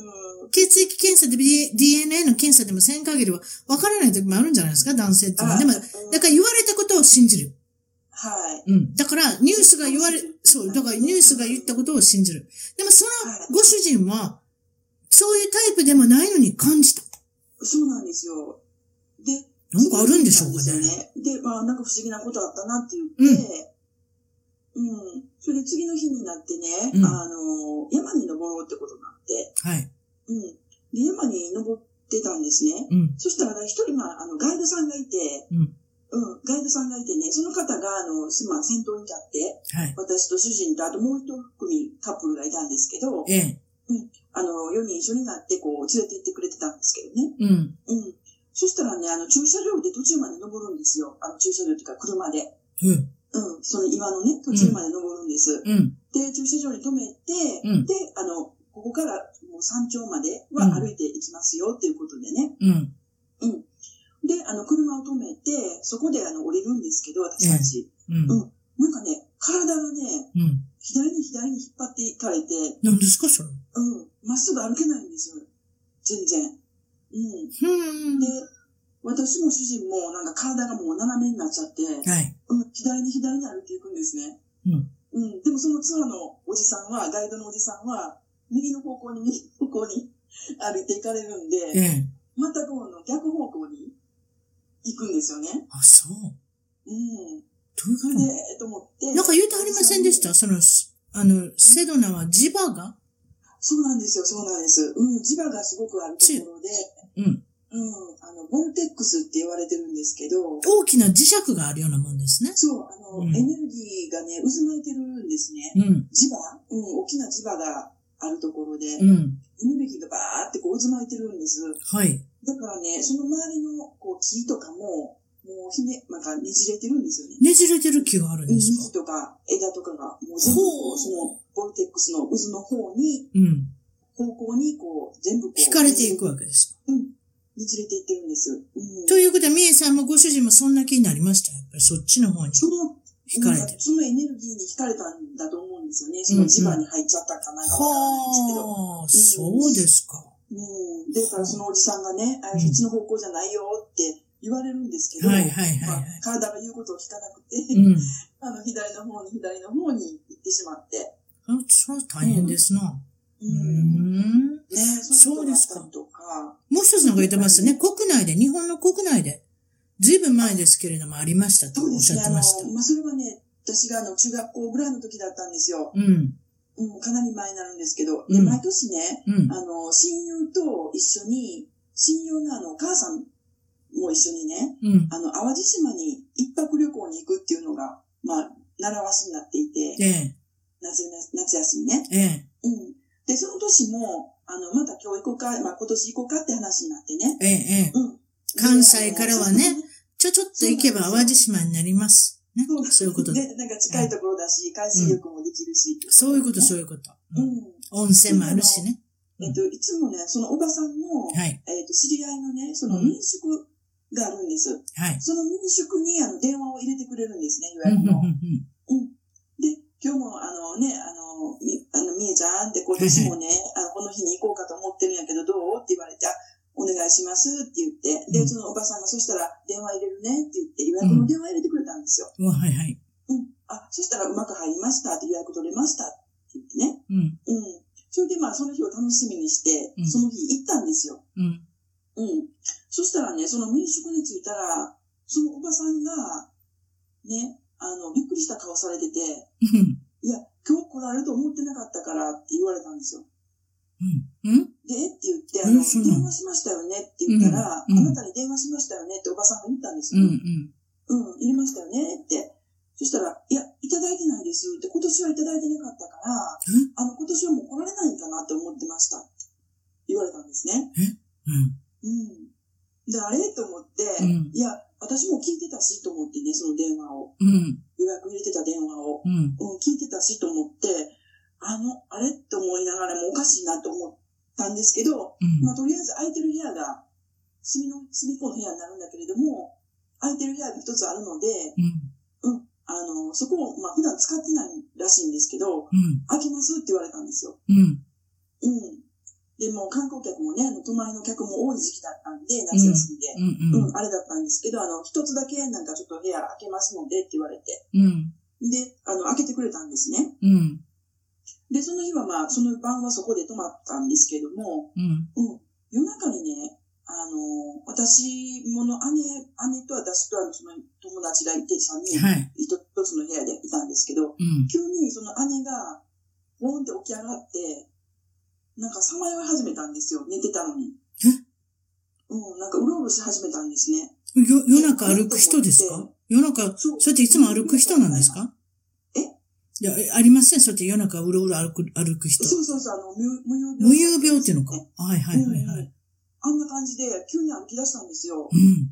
Speaker 2: うん。
Speaker 1: 血液検査で D- DNA の検査でもせん限りは分からない時もあるんじゃないですか男性っていうのは。でも、だから言われたことを信じる。
Speaker 2: はい。
Speaker 1: うん。だからニュースが言われ、そう、だからニュースが言ったことを信じる。でもそ
Speaker 2: はい
Speaker 1: のご主人は、そういうタイプでもないのに感じた。
Speaker 2: そうなんですよ。で、
Speaker 1: なんかあるんでしょうか
Speaker 2: そうなん
Speaker 1: ね。
Speaker 2: ですよね。で、まあ、なんか不思議なことあったなって言って、うん。それで次の日になってね、
Speaker 1: うん
Speaker 2: あの、山に登ろうってことになって、
Speaker 1: はい。
Speaker 2: うん。で、山に登ってたんですね。
Speaker 1: うん。
Speaker 2: そしたらね、一人、まあ、あの、ガイドさんがいて、
Speaker 1: うん。
Speaker 2: うん、ガイドさんがいてね、その方が、あの、すまあ、先頭に立って、
Speaker 1: はい。
Speaker 2: 私と主人とあともう一組カップルがいたんですけど、
Speaker 1: ええ。
Speaker 2: あの、4人一緒になってこう連れて行ってくれてたんですけどね。
Speaker 1: うん。
Speaker 2: うん。そしたらね、あの、駐車場で途中まで登るんですよ。あの、駐車場っていうか車で。
Speaker 1: うん。
Speaker 2: うん。その岩のね、途中まで登るんです。
Speaker 1: うん。
Speaker 2: で、駐車場に止めて、
Speaker 1: うん
Speaker 2: で、あの、ここからもう山頂までは歩いていきますよっていうことでね。
Speaker 1: うん。
Speaker 2: で、あの、車を止めて、そこであの、降りるんですけど、私たち。
Speaker 1: うん。
Speaker 2: うんなんかね、体がね、
Speaker 1: うん。
Speaker 2: 左に左に引っ張っていかれて、
Speaker 1: 何ですか、それ。
Speaker 2: うん。まっすぐ歩けないんですよ。全然。うん。
Speaker 1: うん
Speaker 2: で、私も主人もなんか体がもう斜めになっちゃって、
Speaker 1: はい。
Speaker 2: うん、左に左に歩いていくんですね。
Speaker 1: うん。
Speaker 2: うん。でもそのツアーのおじさんは、ガイドのおじさんは、右の方向に、右の方向に歩いていかれるん
Speaker 1: え
Speaker 2: で、
Speaker 1: え。
Speaker 2: 全くこの逆方向に行くんですよね。
Speaker 1: あ、そう。
Speaker 2: うん。
Speaker 1: どういう感じ
Speaker 2: で、えっと思って。
Speaker 1: なんか言うてはりませんでしたその、あの、セドナは磁場が
Speaker 2: そうなんですよ、そうなんです。うん、磁場がすごくあるところで、
Speaker 1: うん。
Speaker 2: うん、あの、ボルテックスって言われてるんですけど、
Speaker 1: 大きな磁石があるようなもんですね。
Speaker 2: そう、あの、
Speaker 1: うん
Speaker 2: エネルギーがね、渦巻いてるんですね。
Speaker 1: うん。
Speaker 2: 磁場うん、大きな磁場があるところで、エ
Speaker 1: うん。
Speaker 2: ネルギーがバーってこう渦巻いてるんです。
Speaker 1: はい。
Speaker 2: だからね、その周りのこう木とかも、もうひね、なんかねじれてるんですよね。
Speaker 1: ねじれてる木があるんです
Speaker 2: 幹
Speaker 1: か
Speaker 2: とか枝とかが、もう全部
Speaker 1: ほう
Speaker 2: そのボルテックスの渦の方に、
Speaker 1: うん。
Speaker 2: 方向にこう、全部こう。
Speaker 1: 引かれていくわけですか。
Speaker 2: うん。ねじれていってるんです。うん。
Speaker 1: ということは、みえさんもご主人もそんな気になりました。やっぱりそっちの方に
Speaker 2: その、
Speaker 1: 引かれてる。
Speaker 2: そのエネルギーに惹かれたんだと思うんですよね。その磁場に入っちゃったかなんかわからないですけど。
Speaker 1: はあ、そうですか。
Speaker 2: うん。だからそのおじさんがね、あ
Speaker 1: うん
Speaker 2: そっちの方向じゃないよって言われるんですけど、
Speaker 1: はいはい
Speaker 2: ま
Speaker 1: はいは
Speaker 2: あ
Speaker 1: い。
Speaker 2: 体が言うことを聞かなくて、
Speaker 1: うん。
Speaker 2: あの、左の方に左の方に行ってしまって。
Speaker 1: あそう、大変ですな。
Speaker 2: う
Speaker 1: うー。ん。
Speaker 2: ねそういうことがあったりとか。
Speaker 1: もう一つのが言ってますね。国内で、日本の国内で。ずいぶん前ですけれども、ありましたと
Speaker 2: そ
Speaker 1: お
Speaker 2: うで
Speaker 1: っし
Speaker 2: す
Speaker 1: ゃ
Speaker 2: ね。
Speaker 1: っ
Speaker 2: あ
Speaker 1: て
Speaker 2: の、まあ
Speaker 1: ました。、
Speaker 2: それはね、私があの、中学校ぐらいの時だったんですよ。
Speaker 1: うん。
Speaker 2: うん、かなり前になるんですけど、
Speaker 1: う
Speaker 2: で、
Speaker 1: ん
Speaker 2: 毎年ね、
Speaker 1: うん。
Speaker 2: あの、親友と一緒に、親友のあの、お母さんも一緒にね、
Speaker 1: うん。
Speaker 2: あの、淡路島に一泊旅行に行くっていうのが、まあ、習わしになっていて、
Speaker 1: ええ、
Speaker 2: 夏夏休みね。
Speaker 1: ええ、
Speaker 2: うん。で、その年も、あの、また今日行こうか、まあ今年行こうかって話になってね。
Speaker 1: ええ、ええ。
Speaker 2: うん。
Speaker 1: 関西からはね
Speaker 2: で。
Speaker 1: ちょちょっと行けば淡路島になります。ね
Speaker 2: あの。
Speaker 1: そういうことで。
Speaker 2: ね、なんか近いところだし、海水浴もできるし。
Speaker 1: そういうこと、
Speaker 2: ね
Speaker 1: そういうこと。
Speaker 2: う
Speaker 1: うん
Speaker 2: ん。
Speaker 1: 温泉もあるしね。
Speaker 2: えっと、いつもね、そのおばさんの、
Speaker 1: はい、
Speaker 2: えっと、知り合いのね、その
Speaker 1: うん
Speaker 2: 民宿があるんです。
Speaker 1: はい。
Speaker 2: その民宿に、あの、電話を入れてくれるんですね、
Speaker 1: う
Speaker 2: 予
Speaker 1: ん、うん、
Speaker 2: 約
Speaker 1: うん
Speaker 2: の。
Speaker 1: うん。
Speaker 2: で、今日も、あのね、あの、み、あの、みえちゃんって、今年もね、あのこの日に行こうかと思ってるんやけど、どうって言われて、あお願いしますって言って、
Speaker 1: う
Speaker 2: で、
Speaker 1: ん
Speaker 2: そのおばさんが、そしたら、電話入れるねって言って、予約の電話入れてくれたんですよ。
Speaker 1: うわはい、はい。
Speaker 2: うん。あ、そしたら、うまく入りましたって、予約取れましたって言ってね。
Speaker 1: うん、
Speaker 2: うん。それで、まあ、その日を楽しみにして
Speaker 1: うん、
Speaker 2: その日行ったんですよ。
Speaker 1: うん。
Speaker 2: うん。そしたらね、その民宿に着いたら、そのおばさんが、ね、あの、びっくりした顔されてて、
Speaker 1: うん、
Speaker 2: いや、今日来られると思ってなかったからって言われたんですよ。
Speaker 1: うん、うん。
Speaker 2: で、って言って、
Speaker 1: え
Speaker 2: あの、
Speaker 1: そうなの
Speaker 2: 電話しましたよねって言ったら、
Speaker 1: うんうん
Speaker 2: あなたに電話しましたよねっておばさんが言ったんです
Speaker 1: うん、
Speaker 2: よ。
Speaker 1: うん。
Speaker 2: うん、入れましたよねって。そしたら、いや、いただいてないですって、今年はいただいてなかったから
Speaker 1: え、
Speaker 2: あの、今年はもう来られないかなって思ってましたって言われたんですね。
Speaker 1: うん、
Speaker 2: うん。で、あれと思って、
Speaker 1: うん
Speaker 2: いや、私も聞いてたしと思ってね、その電話を。
Speaker 1: うん、
Speaker 2: 予約入れてた電話を。
Speaker 1: うん。
Speaker 2: うん、聞いてたしと思って、あの、あれと思いながらもおかしいなと思ったんですけど、
Speaker 1: うん
Speaker 2: まあ、とりあえず空いてる部屋が、隅の、隅っこの部屋になるんだけれども、空いてる部屋が一つあるので、
Speaker 1: うん、
Speaker 2: あの、そこを、まあ、普段使ってないらしいんですけ
Speaker 1: う
Speaker 2: ど、
Speaker 1: ん、
Speaker 2: 開けますって言われたんですよ。
Speaker 1: うん。
Speaker 2: うん。で、もう観光客もね、あの泊まりの客も多い時期だったんで、夏休み
Speaker 1: うん、
Speaker 2: で。
Speaker 1: う
Speaker 2: うんん、あれだったんですけど、あの、一つだけなんかちょっと部屋開けますのでって言われて。
Speaker 1: うん、
Speaker 2: で、あの、開けてくれたんですね。
Speaker 1: うん、
Speaker 2: で、その日はまあ、その晩はそこで泊まったんですけども、
Speaker 1: うん。
Speaker 2: うん、夜中にね、あの、私もの姉、姉と私とあの、その友達がいて3人、
Speaker 1: はい。
Speaker 2: 一つの部屋でいたんですけど、
Speaker 1: うん。
Speaker 2: 急にその姉が、ボーンって起き上がって、なんかさまよい始めたんですよ、寝てたのに。
Speaker 1: え
Speaker 2: うん、なんかうろうろし始めたんですね。
Speaker 1: よ、夜中歩く人ですか夜中、
Speaker 2: そう
Speaker 1: そうやっていつも歩く人なんですか
Speaker 2: え
Speaker 1: いや、えありません。そうやって夜中うろうろ歩く、歩く人。
Speaker 2: そうそうそう、あの、無有病。
Speaker 1: 無遊病っていうのか。はい、はい、はい、はい。
Speaker 2: あんな感じで、急に歩き出したんですよ
Speaker 1: う。ん、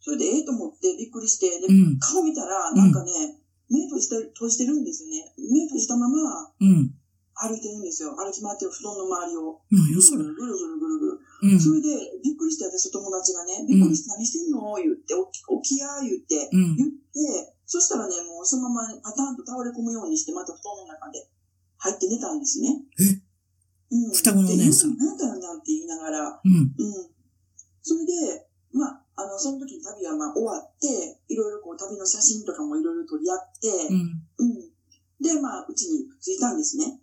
Speaker 2: それで、ええと思ってびっくりして、で
Speaker 1: う、ん、
Speaker 2: 顔見たら、
Speaker 1: ん
Speaker 2: なんかね、目閉じてる、閉じてるんですよね。目閉じたまま
Speaker 1: うん。
Speaker 2: 歩いてるんですよ。歩き回ってる布団の周りを。
Speaker 1: 何
Speaker 2: ぐ
Speaker 1: よ、
Speaker 2: る
Speaker 1: それ。
Speaker 2: ぐるぐるぐるぐる。
Speaker 1: うん。
Speaker 2: それで、びっくりして私の友達がね、びっくりして何してんの言って、起き起きや言って、
Speaker 1: うん。
Speaker 2: 言って、そしたらね、もうそのままパタンと倒れ込むようにして、また布団の中で入って寝たんですね。
Speaker 1: え
Speaker 2: うん。
Speaker 1: 双子のお姉さん
Speaker 2: で何だよなんて言いながら、
Speaker 1: うん。
Speaker 2: うん。それで、まあ、あの、その時に旅はまあ終わって、いろいろこう旅の写真とかもいろいろ取り合って、
Speaker 1: うん。
Speaker 2: うん。で、まあ、うちに着いたんですね。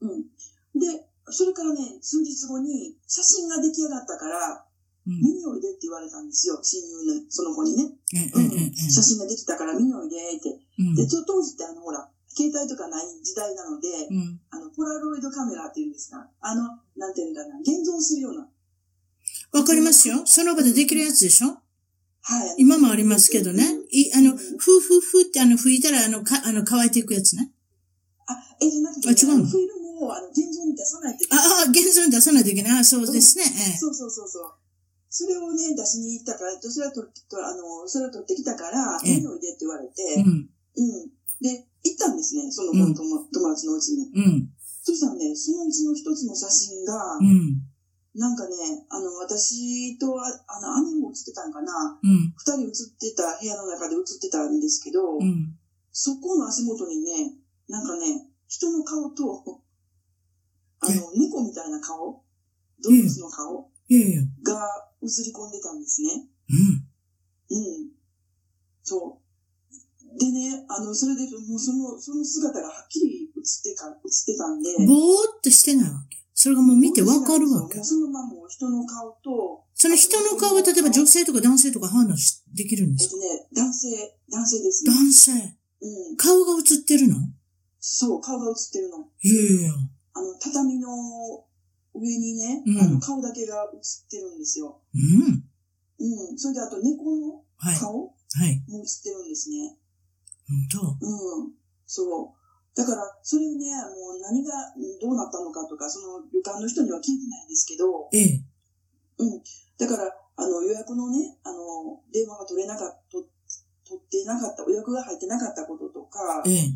Speaker 1: うん。
Speaker 2: うん。で、それからね、数日後に写真が出来上がったから、
Speaker 1: うん
Speaker 2: 見においでって言われたんですよ、親友の、その子にね。
Speaker 1: ええ
Speaker 2: う
Speaker 1: ええ
Speaker 2: ん、写真ができたから見においでって。
Speaker 1: うん
Speaker 2: で、と当時ってあの、ほら、携帯とかない時代なので、
Speaker 1: うん
Speaker 2: あの、ポラロイドカメラっていうんですか、あの、なんていうんだな、現像するような。
Speaker 1: わかりますよ。その場でできるやつでしょ
Speaker 2: はい。
Speaker 1: 今もありますけどね。い、あの、
Speaker 2: うん
Speaker 1: ふうふうふうってあの、拭いたらあの、か、あの、乾いていくやつね。
Speaker 2: あ、え、じゃなくて、
Speaker 1: あ違うの
Speaker 2: フィルムを、あの、現像に出さないといけない。
Speaker 1: ああ、現像に出さないといけない。あそうですね。え
Speaker 2: そうそうそうそう。それをね、出しに行ったから、それは取って、とあの、それを取ってきたから、
Speaker 1: ええ
Speaker 2: 見においでって言わ
Speaker 1: え。
Speaker 2: れて、
Speaker 1: うん。
Speaker 2: うん。で、行ったんですね、その
Speaker 1: うん
Speaker 2: 友友達のうちに。
Speaker 1: うん。
Speaker 2: そしたらね、そのうちの一つの写真が
Speaker 1: う、ん。
Speaker 2: なんかね、あの、私と、ああの、姉も写ってたんかな、
Speaker 1: うん。
Speaker 2: 二人写ってた部屋の中で写ってたんですけど、
Speaker 1: うん。
Speaker 2: そこの足元にね、なんかね、人の顔と、あの、猫みたいな顔、動物の顔
Speaker 1: いやいや。
Speaker 2: が映り込んでたんですね。
Speaker 1: うん。
Speaker 2: うん。そう。でね、あの、それで、もうその、その姿がはっきり映ってか、映ってたんで。
Speaker 1: ぼーっとしてないわけ。それがもう見てわかるわけ
Speaker 2: もう。そのままもう人の顔と、
Speaker 1: その人の顔は例えば女性とか男性とか判断しできるんで
Speaker 2: えっ
Speaker 1: すか
Speaker 2: とね、男性、男性ですね。
Speaker 1: 男性。
Speaker 2: うん。
Speaker 1: 顔が映ってるの
Speaker 2: そう、顔が映ってるの。
Speaker 1: いやいや。
Speaker 2: あの、畳の上にね、
Speaker 1: うん
Speaker 2: あの顔だけが映ってるんですよ。
Speaker 1: うん。
Speaker 2: うん。それであと猫の
Speaker 1: はい。
Speaker 2: 顔
Speaker 1: はい。
Speaker 2: も映ってるんですね。
Speaker 1: 本
Speaker 2: うん。そう。だから、それをね、もう何がうんどうなったのかとか、その旅館の人には聞いてないんですけど、
Speaker 1: 当。ええ。
Speaker 2: だから、あの、予約のね、あの、電話が取れなかった、と取ってなかった、予約が入ってなかったこととか、
Speaker 1: ええ。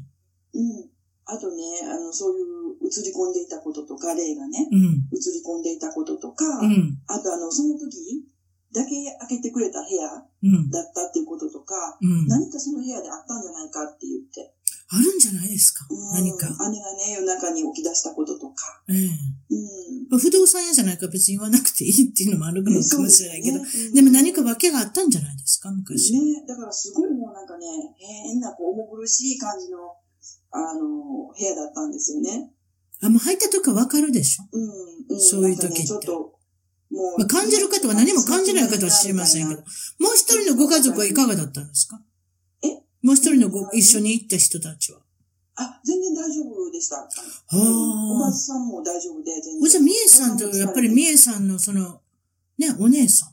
Speaker 2: うん。あとね、あの、そういう映り込んでいたこととか、例がね、
Speaker 1: うん。
Speaker 2: 映り込んでいたこととか、
Speaker 1: うん。
Speaker 2: あとあの、その時だけ開けてくれた部屋
Speaker 1: うん。
Speaker 2: だったっていうこととか、
Speaker 1: うん。
Speaker 2: 何かその部屋であったんじゃないかって言って、
Speaker 1: あるんじゃないですか
Speaker 2: うん
Speaker 1: 何か。
Speaker 2: 姉がね、夜中に起き出したこととか。
Speaker 1: ええ。
Speaker 2: うん。
Speaker 1: 不動産屋じゃないから別に言わなくていいっていうのもあるのかもしれないけど。
Speaker 2: そうすね
Speaker 1: でも何か訳があったんじゃないですか昔。
Speaker 2: ね、だからすごいもうなんかね、変なこう重苦しい感じの、あの、部屋だったんですよね。
Speaker 1: あ、もう入った時はわかるでしょ
Speaker 2: うん。ん、
Speaker 1: そういう時って
Speaker 2: なんかねちょっと、も
Speaker 1: まあ感じる方は何も感じない方は知りませんけど。もう一人のご家族はいかがだったんですか
Speaker 2: え
Speaker 1: もう一人のご、一緒に行った人たちは。
Speaker 2: あ、全然大丈夫でした。
Speaker 1: あ
Speaker 2: おば
Speaker 1: あ。
Speaker 2: さんも大丈夫で、全然。
Speaker 1: おじゃあ、みえさんと、やっぱりみえさんのその、ね、お姉さん。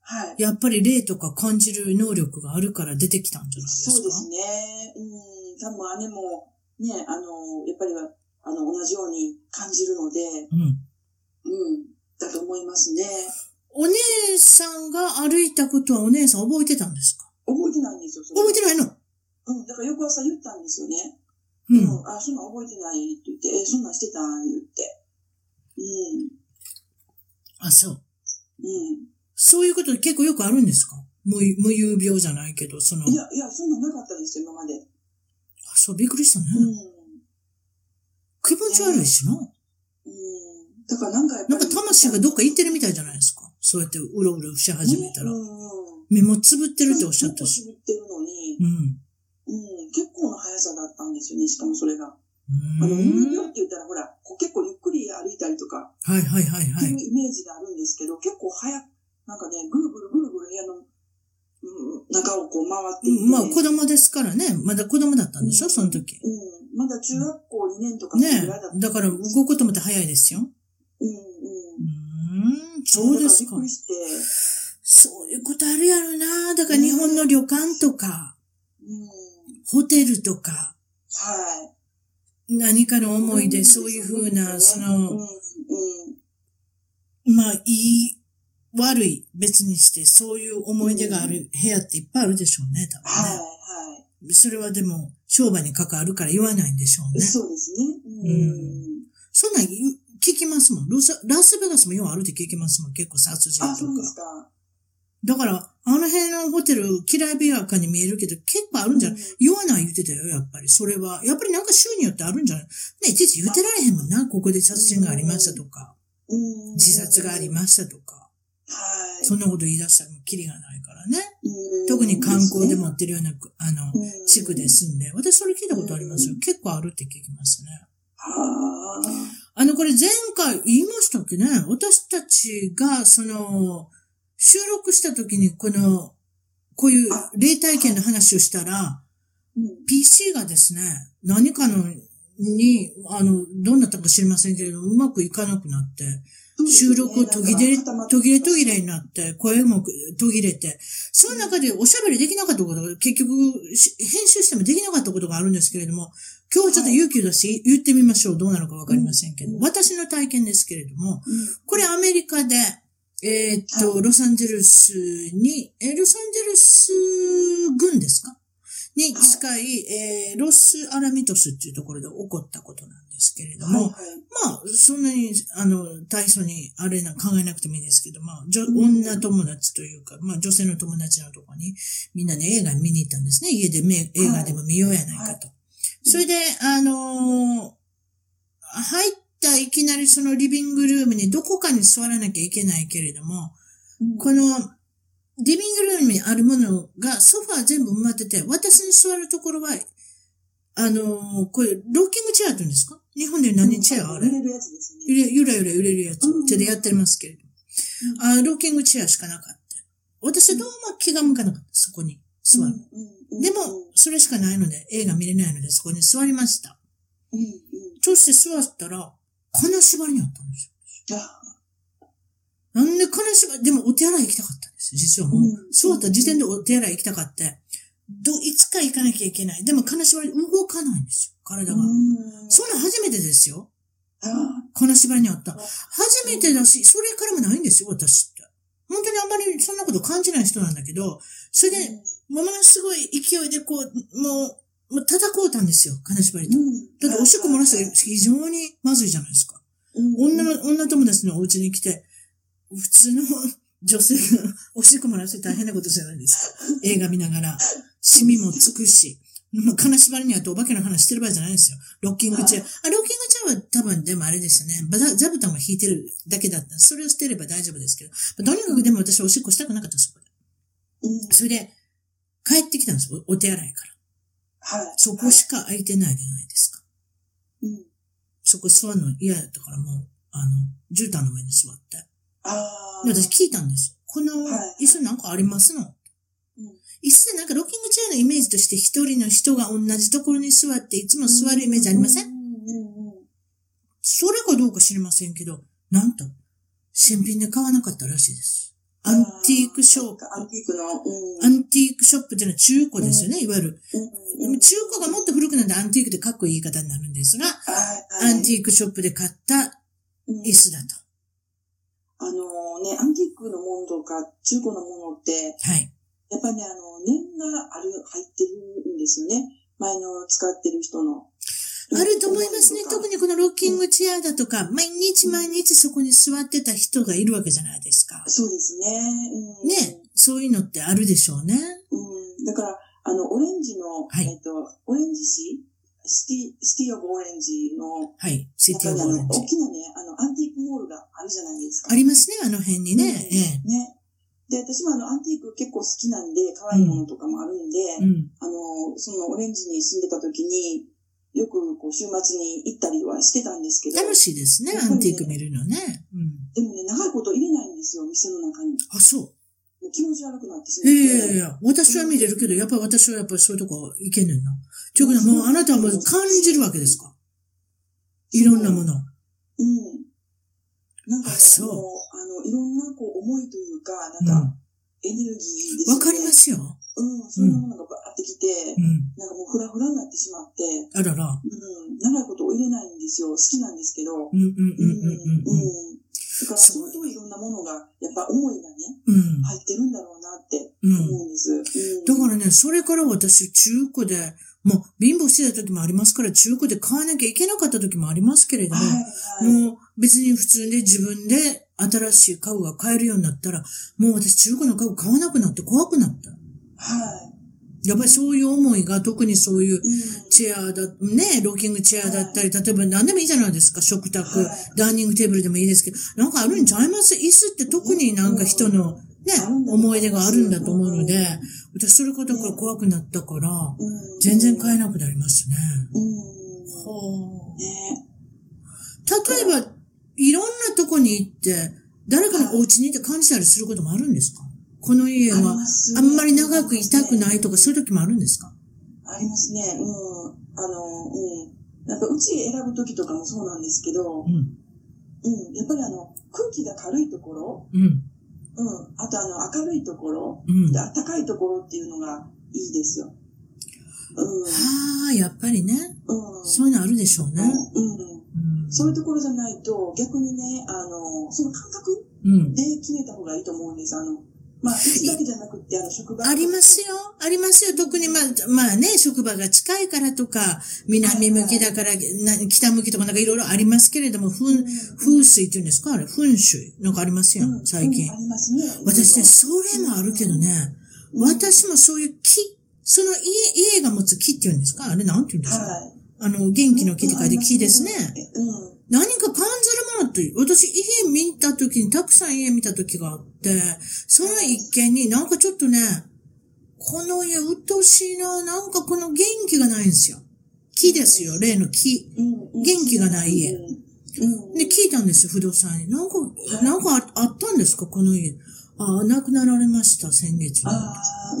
Speaker 2: はい。
Speaker 1: やっぱり霊とか感じる能力があるから出てきたんじゃないですか
Speaker 2: そうですね。うん。多分姉も、ね、あの、やっぱりは、あの、同じように感じるので、
Speaker 1: うん。
Speaker 2: うん。だと思いますね。
Speaker 1: お姉さんが歩いたことはお姉さん覚えてたんですか
Speaker 2: 覚えてないんですよ、それ
Speaker 1: 覚えてないの
Speaker 2: うん。だから翌朝言ったんですよね。
Speaker 1: う。
Speaker 2: うんん。あ、そんなん覚えてないって言って、え、そんなんしてたん言って。うん。
Speaker 1: あ、そう。
Speaker 2: う
Speaker 1: そういうこと結構よくあるんですか無い無有病じゃないけど、その、
Speaker 2: ん。い
Speaker 1: あ、
Speaker 2: や、いや、そんなんなかったですよ、今まで。
Speaker 1: そう、びっくりしたね。
Speaker 2: うん。
Speaker 1: 気持ち悪いしな。
Speaker 2: うん。だからなんかやっぱ
Speaker 1: な
Speaker 2: り
Speaker 1: んか魂がどっか行ってるみたいじゃないですか。そうやってうろうろし始めたら
Speaker 2: ね。うん。
Speaker 1: 目もつぶってるっておっしゃったし。
Speaker 2: ずっと渋ってるのに、
Speaker 1: うん。
Speaker 2: うん。結構な速さだったんですよね、しかもそれが。
Speaker 1: う
Speaker 2: あの、
Speaker 1: ん
Speaker 2: 運動って言ったら、ほら、こう結構ゆっくり歩いたりとか、
Speaker 1: はいはいはい
Speaker 2: っ
Speaker 1: は
Speaker 2: ていう
Speaker 1: い。
Speaker 2: イメージがあるんですけど、結構早く、なんかね、ぐるぐるぐるぐる部屋の、うん、中をこう回っていって、
Speaker 1: まあ子供ですからね。まだ子供だったんでし
Speaker 2: う
Speaker 1: ょ
Speaker 2: ん
Speaker 1: その時。
Speaker 2: うん、まだ中学校2年とか
Speaker 1: ね
Speaker 2: そのぐらいだった
Speaker 1: え。だから動くこともって早いですよ。
Speaker 2: うん、う。
Speaker 1: うんーん。そうですか
Speaker 2: だらびっく。りして、
Speaker 1: そういうことあるやろな。だから日本の旅館とか、
Speaker 2: うん、
Speaker 1: ホテルとか、
Speaker 2: はい。
Speaker 1: 何かの思いで、そういうふうな、そ
Speaker 2: うん、う
Speaker 1: の、
Speaker 2: ん。
Speaker 1: まあ、いい、悪い、別にして、そういう思い出がある部屋っていっぱいあるでしょうね、多
Speaker 2: はい、
Speaker 1: 分
Speaker 2: は
Speaker 1: ね。それはでも、商売に関わるから言わないんでしょう
Speaker 2: い。
Speaker 1: ね。
Speaker 2: そうですね。うん。
Speaker 1: そんなん言う聞きますもん。ロサラスベガスもようあるって聞きますもん、結構殺人
Speaker 2: あ、
Speaker 1: と
Speaker 2: そうで
Speaker 1: か
Speaker 2: す。か。
Speaker 1: だから、あの辺のホテル、きらびやかに見えるけど、結構あるんじゃない言わない言ってたよ、やっぱり。それは。やっぱりなんか州によってあるんじゃないね、いちいち言ってられへんもんな。ここで殺人がありましたとか、
Speaker 2: うん。
Speaker 1: 自殺がありましたとか、
Speaker 2: はい。
Speaker 1: そんなこと言い出したらもうキリがないからね。
Speaker 2: うん
Speaker 1: 特に観光で持ってるような、あの、
Speaker 2: うん
Speaker 1: 地区で住んで、私それ聞いたことありますよ。結構あるって聞きますね。
Speaker 2: は
Speaker 1: あの、これ前回言いましたっけね私たちが、その、収録した時にこの、こういう霊体験の話をしたら、
Speaker 2: ーうん
Speaker 1: PC がですね、何かの、に、あの、どうなったか知りませんけれど、うまくいかなくなって、
Speaker 2: そうですね
Speaker 1: 収録を途切れ、
Speaker 2: なんか固まって
Speaker 1: 途切れ途切れになって、声も途切れて、その中でおしゃべりできなかったことが、結局、し編集してもできなかったことがあるんですけれども、今日はちょっと勇気を出して言ってみましょう。どうなのかわかりませんけど、
Speaker 2: うん
Speaker 1: 私の体験ですけれども、
Speaker 2: うん
Speaker 1: これアメリカで、えーっと、ロサンゼルスに、えーロサンゼルス郡ですかに近い、えーロス・アラミトスっていうところで起こったことなんですけれども、
Speaker 2: はいはい。
Speaker 1: まあ、そんなに、あの、大層に、あれな、考えなくてもいいですけど、まあ、女、
Speaker 2: うん
Speaker 1: 女友達というか、まあ、女性の友達のとこに、みんなで映画見に行ったんですね。家でめ映画でも見ようやないかと。それで、あのー入ったいきなりそのリビングルームにどこかに座らなきゃいけないけれども、
Speaker 2: うん
Speaker 1: この、リビングルームにあるものが、ソファー全部埋まってて、私の座るところは、あのーこれ、ロッキングチェアって言うんですか日本で何チェアあれ
Speaker 2: 揺れるやつですね。
Speaker 1: 揺れ、ゆらゆら揺れるやつ
Speaker 2: う、ん
Speaker 1: 手でやってますけれども。あローキングチェアしかなかった。私はどうも気が向かなかった、そこに座る。
Speaker 2: うんうん
Speaker 1: でも、それしかないので、映画見れないので、そこに座りました。
Speaker 2: うんうん
Speaker 1: そして座ったら、金縛りにあったんです
Speaker 2: あ
Speaker 1: よ。なんで金縛り、でもお手洗い行きたかったんです、実はもう。
Speaker 2: うん
Speaker 1: 座った時点でお手洗い行きたかった。ど、いつか行かなきゃいけない。でも金縛り動かないんですよ、体が。
Speaker 2: うん
Speaker 1: そんなん初めてですよ。
Speaker 2: あ
Speaker 1: 金縛りにあった。初めてだし、それからもないんですよ、私って。本当にあんまりそんなこと感じない人なんだけど、それで、ものすごい勢いでこう、もう、もう叩こうたんですよ、金縛りと。だっておしっこ漏らすの非常にまずいじゃないですか。女の、女友達のお家に来て、普通の女性がおしっこ漏らして大変なことじゃないですか。映画見ながら、シミもつくし、まあ、金縛りにあってお化けの話してる場合じゃないですよ。ロッキングチェア。あ、ロッキングチェアは多分でもあれでしたね。ばざ座布団が引いてるだけだったんでそれを捨てれば大丈夫ですけど。まあとにかくでも私はおしっこしたくなかったそこで。
Speaker 2: うん
Speaker 1: それで、帰ってきたんですよ。おお手洗いから。
Speaker 2: はい。
Speaker 1: そこしか空いてないじゃないですか。
Speaker 2: うん
Speaker 1: そこ座るの嫌だったからもう、あの、絨毯の上に座って。
Speaker 2: ああ。
Speaker 1: で私聞いたんです。この
Speaker 2: はい
Speaker 1: 椅子なんかありますの、
Speaker 2: うん
Speaker 1: 椅子でなんかロッキングチェアのイメージとして一人の人が同じところに座っていつも座るイメージありません、
Speaker 2: うんうんうん
Speaker 1: それかどうか知りませんけど、なんと、新品で買わなかったらしいです。アンティークショップ。
Speaker 2: アンティークの、うん
Speaker 1: アンティークショップっていうのは中古ですよね、いわゆる。
Speaker 2: うん
Speaker 1: で
Speaker 2: うん
Speaker 1: も中古がもっと古くなるんでアンティークでかっこいい言い方になるんですが、
Speaker 2: はいはい
Speaker 1: アンティークショップで買った
Speaker 2: うん
Speaker 1: 椅子だと。
Speaker 2: あのね、アンティークのものとか、中古のものって、
Speaker 1: はい。
Speaker 2: やっぱね、あの、年がある、入ってるんですよね。前の使ってる人の。
Speaker 1: あると思いますね。特
Speaker 2: に。
Speaker 1: にこのロッキングチェアだとか、毎日毎日そこに座ってた人がいるわけじゃないですか。
Speaker 2: そうですね。うん、
Speaker 1: ね。そういうのってあるでしょうね。
Speaker 2: うん。だから、あの、オレンジの、
Speaker 1: はい
Speaker 2: えっと、オレンジ市シティ、シティオブオレンジの、
Speaker 1: はい。シティ
Speaker 2: 中
Speaker 1: オブ
Speaker 2: にあ
Speaker 1: オレ
Speaker 2: の、
Speaker 1: ンジ
Speaker 2: 大。きなね、あの、アンティークモールがあるじゃないですか。
Speaker 1: ありますね、あの辺にね。ええ。
Speaker 2: ね。で、私もあの、アンティーク結構好きなんで、可愛いものとかもあるんで、
Speaker 1: うん。
Speaker 2: あの、そのオレンジに住んでた時に、よくこう週末に行ったりはしてたんですけど、
Speaker 1: 楽しいですね、アンティーク見るのね。うん。
Speaker 2: でもね、長いこと入れないんですよ、店の中に。
Speaker 1: あ、そ
Speaker 2: もう気持ち悪くなってし
Speaker 1: う。
Speaker 2: まっ
Speaker 1: いやいやい
Speaker 2: て。
Speaker 1: や、私は見れるけど、やっぱり私はやっぱりそういうとこ行けんねんな。ということはもうあなたはもう感じるわけですかいろんなもの。
Speaker 2: うん。なんかね
Speaker 1: あ、そう
Speaker 2: もうあの、いろんなこう思いというか、な
Speaker 1: うんん。
Speaker 2: か
Speaker 1: わ、
Speaker 2: エネルギーですね。
Speaker 1: かりますよ。
Speaker 2: うん、そんなものがバーってきて、
Speaker 1: うん。
Speaker 2: なんかもうフラフラになってしまって、
Speaker 1: あらら。
Speaker 2: うん、長いこと入れないんですよ。好きなんですけ
Speaker 1: うんう
Speaker 2: ど。
Speaker 1: んうんうんうんうん。
Speaker 2: うんだから相当いろんなものが、やっぱ思いがね、
Speaker 1: うん。
Speaker 2: 入ってるんだろうなって
Speaker 1: うん。
Speaker 2: 思うんです。うん
Speaker 1: だからね、それから私、中古で、もう、貧乏してた時もありますから、中古で買わなきゃいけなかった時もありますけれども、
Speaker 2: はいはい。
Speaker 1: もう、別に普通で自分で新しい家具が買えるようになったら、もう私、中古の家具買わなくなって怖くなった。
Speaker 2: は
Speaker 1: やっぱりそういう思いが、特にそういう
Speaker 2: い。うん
Speaker 1: チェアだ、ね、ローキングチェアだったり、例えば何でもいいじゃないですか、食卓
Speaker 2: は、
Speaker 1: ダイニングテーブルでもいいですけど、なんかあるんちゃいます椅子って特になんか人のね
Speaker 2: うん、
Speaker 1: 思い出があるんだと思うので、私それからだから怖くなったから、
Speaker 2: うん
Speaker 1: 全然買えなくなりますね。
Speaker 2: うん。ね
Speaker 1: はあ
Speaker 2: え
Speaker 1: 例えば、いろんなとこに行って、誰かのお家にいて感じたりすることもあるんですかこの家
Speaker 2: あり
Speaker 1: は
Speaker 2: ます
Speaker 1: あんまり長くいたくないとか、そういう時もあるんですか
Speaker 2: ありますね。うん。あの、うん。やっぱうち選ぶ時とかもそうなんですけど、
Speaker 1: うん。
Speaker 2: うん。やっぱりあの、空気が軽いところ、
Speaker 1: うん。
Speaker 2: うん。あとあの、明るいところ、
Speaker 1: うん。
Speaker 2: で、
Speaker 1: あ
Speaker 2: 暖かいところっていうのがいいですよ。うん。
Speaker 1: あ、やっぱりね。
Speaker 2: うん。
Speaker 1: そういうのあるでしょうね。
Speaker 2: うん。
Speaker 1: うん。
Speaker 2: そういうところじゃないと、逆にね、あの、その感覚
Speaker 1: うん。
Speaker 2: で決めた方がいいと思うんです。あの、まあ、うちだけじゃなくって、あの、職場
Speaker 1: ありますよ。ありますよ。特にまあ、まあね、職場が近いからとか、南向きだから、な北向きとかなんかいろいろありますけれども、ふん風水っていうんですかあれ、噴水なんかありますよ、
Speaker 2: うん
Speaker 1: 最近
Speaker 2: うん。ありますね。
Speaker 1: 私ね、それもあるけどね、
Speaker 2: うん
Speaker 1: 私もそういう木、その家、家が持つ木っていうんですかあれなんて言うんですか、
Speaker 2: は
Speaker 1: あの、元
Speaker 2: い。
Speaker 1: 気の木って書いて木ですね。
Speaker 2: うん。
Speaker 1: 何か感じるものって、私家見た時に、たくさん家見た時があって、その一件になんかちょっとね、この家うっとうしいな、なんかこの元気がないんですよ。木ですよ、例の木。
Speaker 2: 元
Speaker 1: 元気がない家
Speaker 2: うん。
Speaker 1: で、聞いたんですよ、不動産に。なんか、なんかああったんですか、この家。ああ、亡くなられました、先月に。
Speaker 2: あ
Speaker 1: あ
Speaker 2: あ、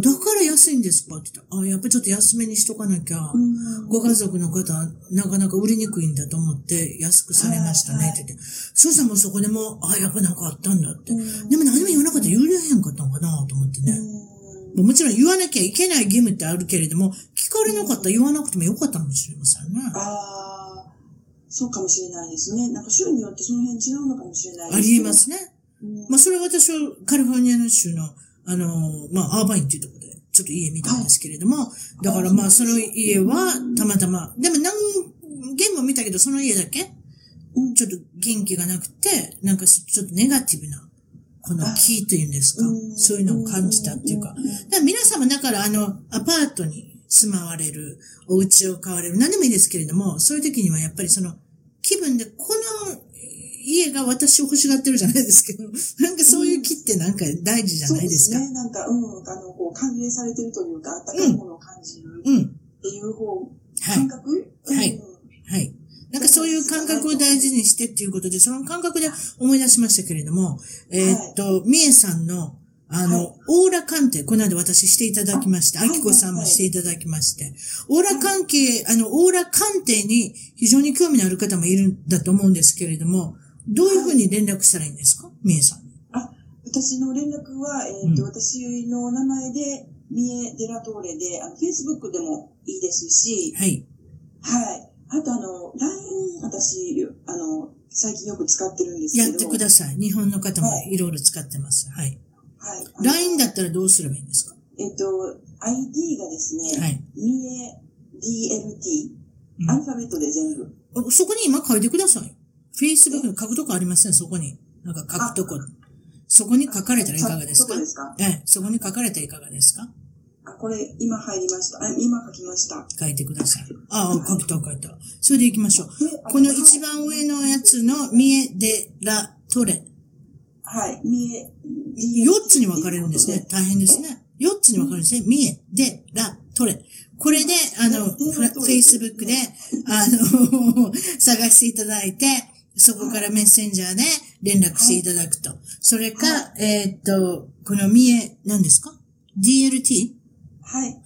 Speaker 2: うん。
Speaker 1: だから安いんですかって言ったら、あやっぱちょっと安めにしとかなきゃ。
Speaker 2: うん
Speaker 1: ご家族の方、なかなか売りにくいんだと思って、安くされました
Speaker 2: はい
Speaker 1: ね
Speaker 2: は、い
Speaker 1: って言って。翔さんもそこでも、あ、やっぱなんかあったんだって。
Speaker 2: うん
Speaker 1: でも何も言わなかったら言えへんかったのかなと思ってね。
Speaker 2: うん
Speaker 1: もうもちろん言わなきゃいけない義務ってあるけれども、聞かれなかったら言わなくてもよかったかもしれませんね。
Speaker 2: ああ、そうかもしれないですね。なんか州によってその辺違うのかもしれない
Speaker 1: ありえま。すね。
Speaker 2: うん
Speaker 1: まあそれは私はカリフォルニアの州の、あの、まあアーバインっていうところで、ちょっと家見たんですけれども、だからまあその家はたまたま、でも何件も見たけどその家だけ
Speaker 2: うん
Speaker 1: ちょっと元気がなくて、なんかちょっとネガティブな、この木というんですか
Speaker 2: う、ん
Speaker 1: そういうのを感じたっていうか。だか
Speaker 2: ん
Speaker 1: ら皆様、だからあの、アパートに住まわれる、お家を買われる、何でもいいですけれども、そういう時にはやっぱりその、気分で、この家が私を欲しがってるじゃないですけど、なんかそういう木ってなんか大事じゃ
Speaker 2: そう
Speaker 1: ないで
Speaker 2: で
Speaker 1: す
Speaker 2: す
Speaker 1: か。
Speaker 2: ね。なんか、うん、あの、こう、歓迎されてるというか、あったかいものを感じる
Speaker 1: うん。
Speaker 2: っていう方、
Speaker 1: はい
Speaker 2: 感。覚
Speaker 1: はいはい。なんかそういう感覚を大事にしてっていうことで、その感覚で思い出しましたけれども、えーっと、みえさんの、あ
Speaker 2: は
Speaker 1: の、
Speaker 2: い
Speaker 1: オーラ鑑定、この間私していただきまして、あ
Speaker 2: はい
Speaker 1: きこさんもしていただきまして、オーラ関係、あの、オーラ鑑定に非常に興味のある方もいるんだと思うんですけれども、どういうふうに連絡したらいいんですかみえさん。
Speaker 2: 私の連絡は、えっと、
Speaker 1: うん
Speaker 2: 私の名前で、三重デラトーレで、あの、Facebook でもいいですし、
Speaker 1: はい。
Speaker 2: はい。あと、あの、LINE、私、あの、最近よく使ってるんですけ
Speaker 1: や
Speaker 2: ど。
Speaker 1: ってください。日本の方もいろいろ使ってます。はい。
Speaker 2: はい。あの
Speaker 1: LINE だったらどうすればいいんですか
Speaker 2: えっと、ID がですね、
Speaker 1: はい。
Speaker 2: 三重 DLT、
Speaker 1: うん
Speaker 2: アルファベットで全部。
Speaker 1: おそこに今書いてください。Facebook に書くとこありません、そこに。なんか書くとこ。そこに書かれたらいかがですか
Speaker 2: そうですか
Speaker 1: ええ、そこに書かれたらいかがですか
Speaker 2: あ、これ、今入りました。あ、今書きました。
Speaker 1: 書いてください。ああ、書いた書いた。それで行きましょう。
Speaker 2: であ
Speaker 1: この一番上のやつの、三重でらとれ。
Speaker 2: はい、三重 DLT。
Speaker 1: 4つに分かれるんですね。。大変ですね。4つに分かれるんですね。三重でらとれ。これで、あの、
Speaker 2: で
Speaker 1: フラ
Speaker 2: らとれ
Speaker 1: Facebook で、あの、 [LAUGHS] 探していただいて、そこからメッセンジャーで連絡していただくと。それか、
Speaker 2: は
Speaker 1: えーっと、この三重、何ですか ?DLT?
Speaker 2: はい。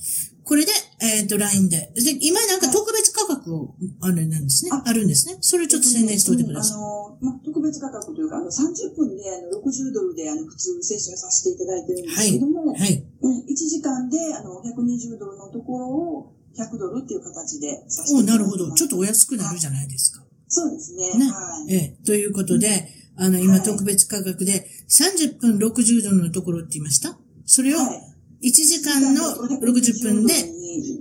Speaker 1: これで、えーっと、LINE で。で、今なんか特別価格を、あれなんですね。
Speaker 2: あ
Speaker 1: あるんですね。それをちょっと宣伝しておいてくださ
Speaker 2: うんあの、ま、特別価格というか、あの、30分で、あの、60ドルで、あの、普通セッションさせていただいてるんですけども、
Speaker 1: い。はい。
Speaker 2: うん、1時間で、あの、120ドルのところを、100ドルっていう形でさせ
Speaker 1: お
Speaker 2: ていた
Speaker 1: な
Speaker 2: だ
Speaker 1: る
Speaker 2: いてます
Speaker 1: ほど。ちょっとお安くなるじゃないですか。
Speaker 2: そうですね。
Speaker 1: ね
Speaker 2: はい。
Speaker 1: ええ、ということで、あの、今
Speaker 2: はい
Speaker 1: 特別価格で30分60ドルのところって言いましたそれを
Speaker 2: はい
Speaker 1: 1時間の60分で、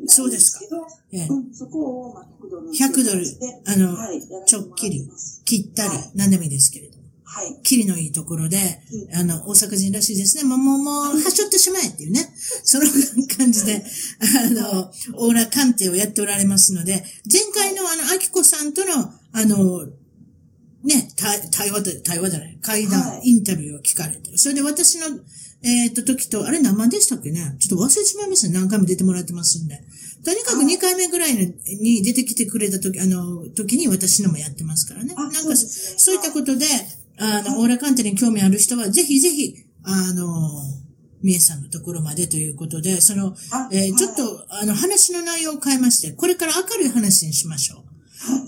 Speaker 1: そうですかええ
Speaker 2: うん、そこを、まあ、100
Speaker 1: 100
Speaker 2: ドル。
Speaker 1: ドル
Speaker 2: で、
Speaker 1: あの、
Speaker 2: はい、
Speaker 1: ちょっきり
Speaker 2: やらせてもらってます
Speaker 1: 切ったり
Speaker 2: はい、
Speaker 1: 何でもいいですけれども。
Speaker 2: はい。
Speaker 1: 切りのいいところで、
Speaker 2: う
Speaker 1: あの、大阪人らしいですね。もう、もう、も
Speaker 2: [LAUGHS]
Speaker 1: う、はしょってしまえっていうね。その感じで、あの、オーラ鑑定をやっておられますので、前回のあの、アキコさんとの、あの、ね、対対話で、対話じゃない、会談、
Speaker 2: はい
Speaker 1: インタビューを聞かれて。それで私の、えっ、と、時と、あれ生でしたっけねちょっと忘れちまいましたね。何回も出てもらってますんで。とにかく
Speaker 2: はい
Speaker 1: 2回目ぐらいにに出てきてくれた時、あの、時に私のもやってますからね。なん
Speaker 2: あ、
Speaker 1: か
Speaker 2: そうですね。
Speaker 1: そういった
Speaker 2: と。
Speaker 1: ことで、あの、オーラ鑑定に興味ある人は、ぜひぜひ、あの、みえさんのところまでということで、その、
Speaker 2: あ
Speaker 1: えーちょっ
Speaker 2: は
Speaker 1: と、あの、話の内容を変えまして、これから明るい話にしましょう。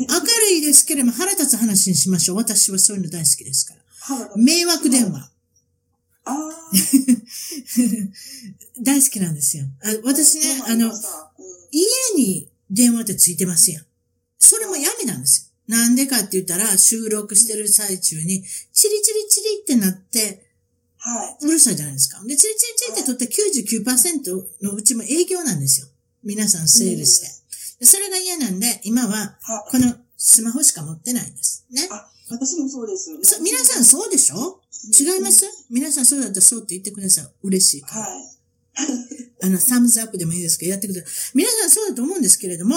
Speaker 2: い
Speaker 1: 明るいですけれども、腹立つ話にしましょう。私はそういうの大好きですから。
Speaker 2: はいはい
Speaker 1: 迷惑電話。
Speaker 2: あ
Speaker 1: 大好きなんですよ。あ
Speaker 2: ー
Speaker 1: 私ね、
Speaker 2: そう
Speaker 1: あ
Speaker 2: なん
Speaker 1: の
Speaker 2: で、すかうん
Speaker 1: 家に電話ってついてますやん。それも闇なんですよ。なんでかって言ったら、収録してる最中に、チリチリチリってなって、
Speaker 2: はい。
Speaker 1: うるさいじゃないですか。で、チリチリチリって取って99%のうちも営業なんですよ。皆さんセールして。でそれが嫌なんで、今は、
Speaker 2: はい。
Speaker 1: このスマホしか持ってないんです。ね。
Speaker 2: 私もそうです。
Speaker 1: そ皆さんそうでしょ違います皆さんそうだったらそうって言ってください。嬉しいから。
Speaker 2: はい。
Speaker 1: あの、サムズアップでもいいですけど、やってください。皆さんそうだと思うんですけれども、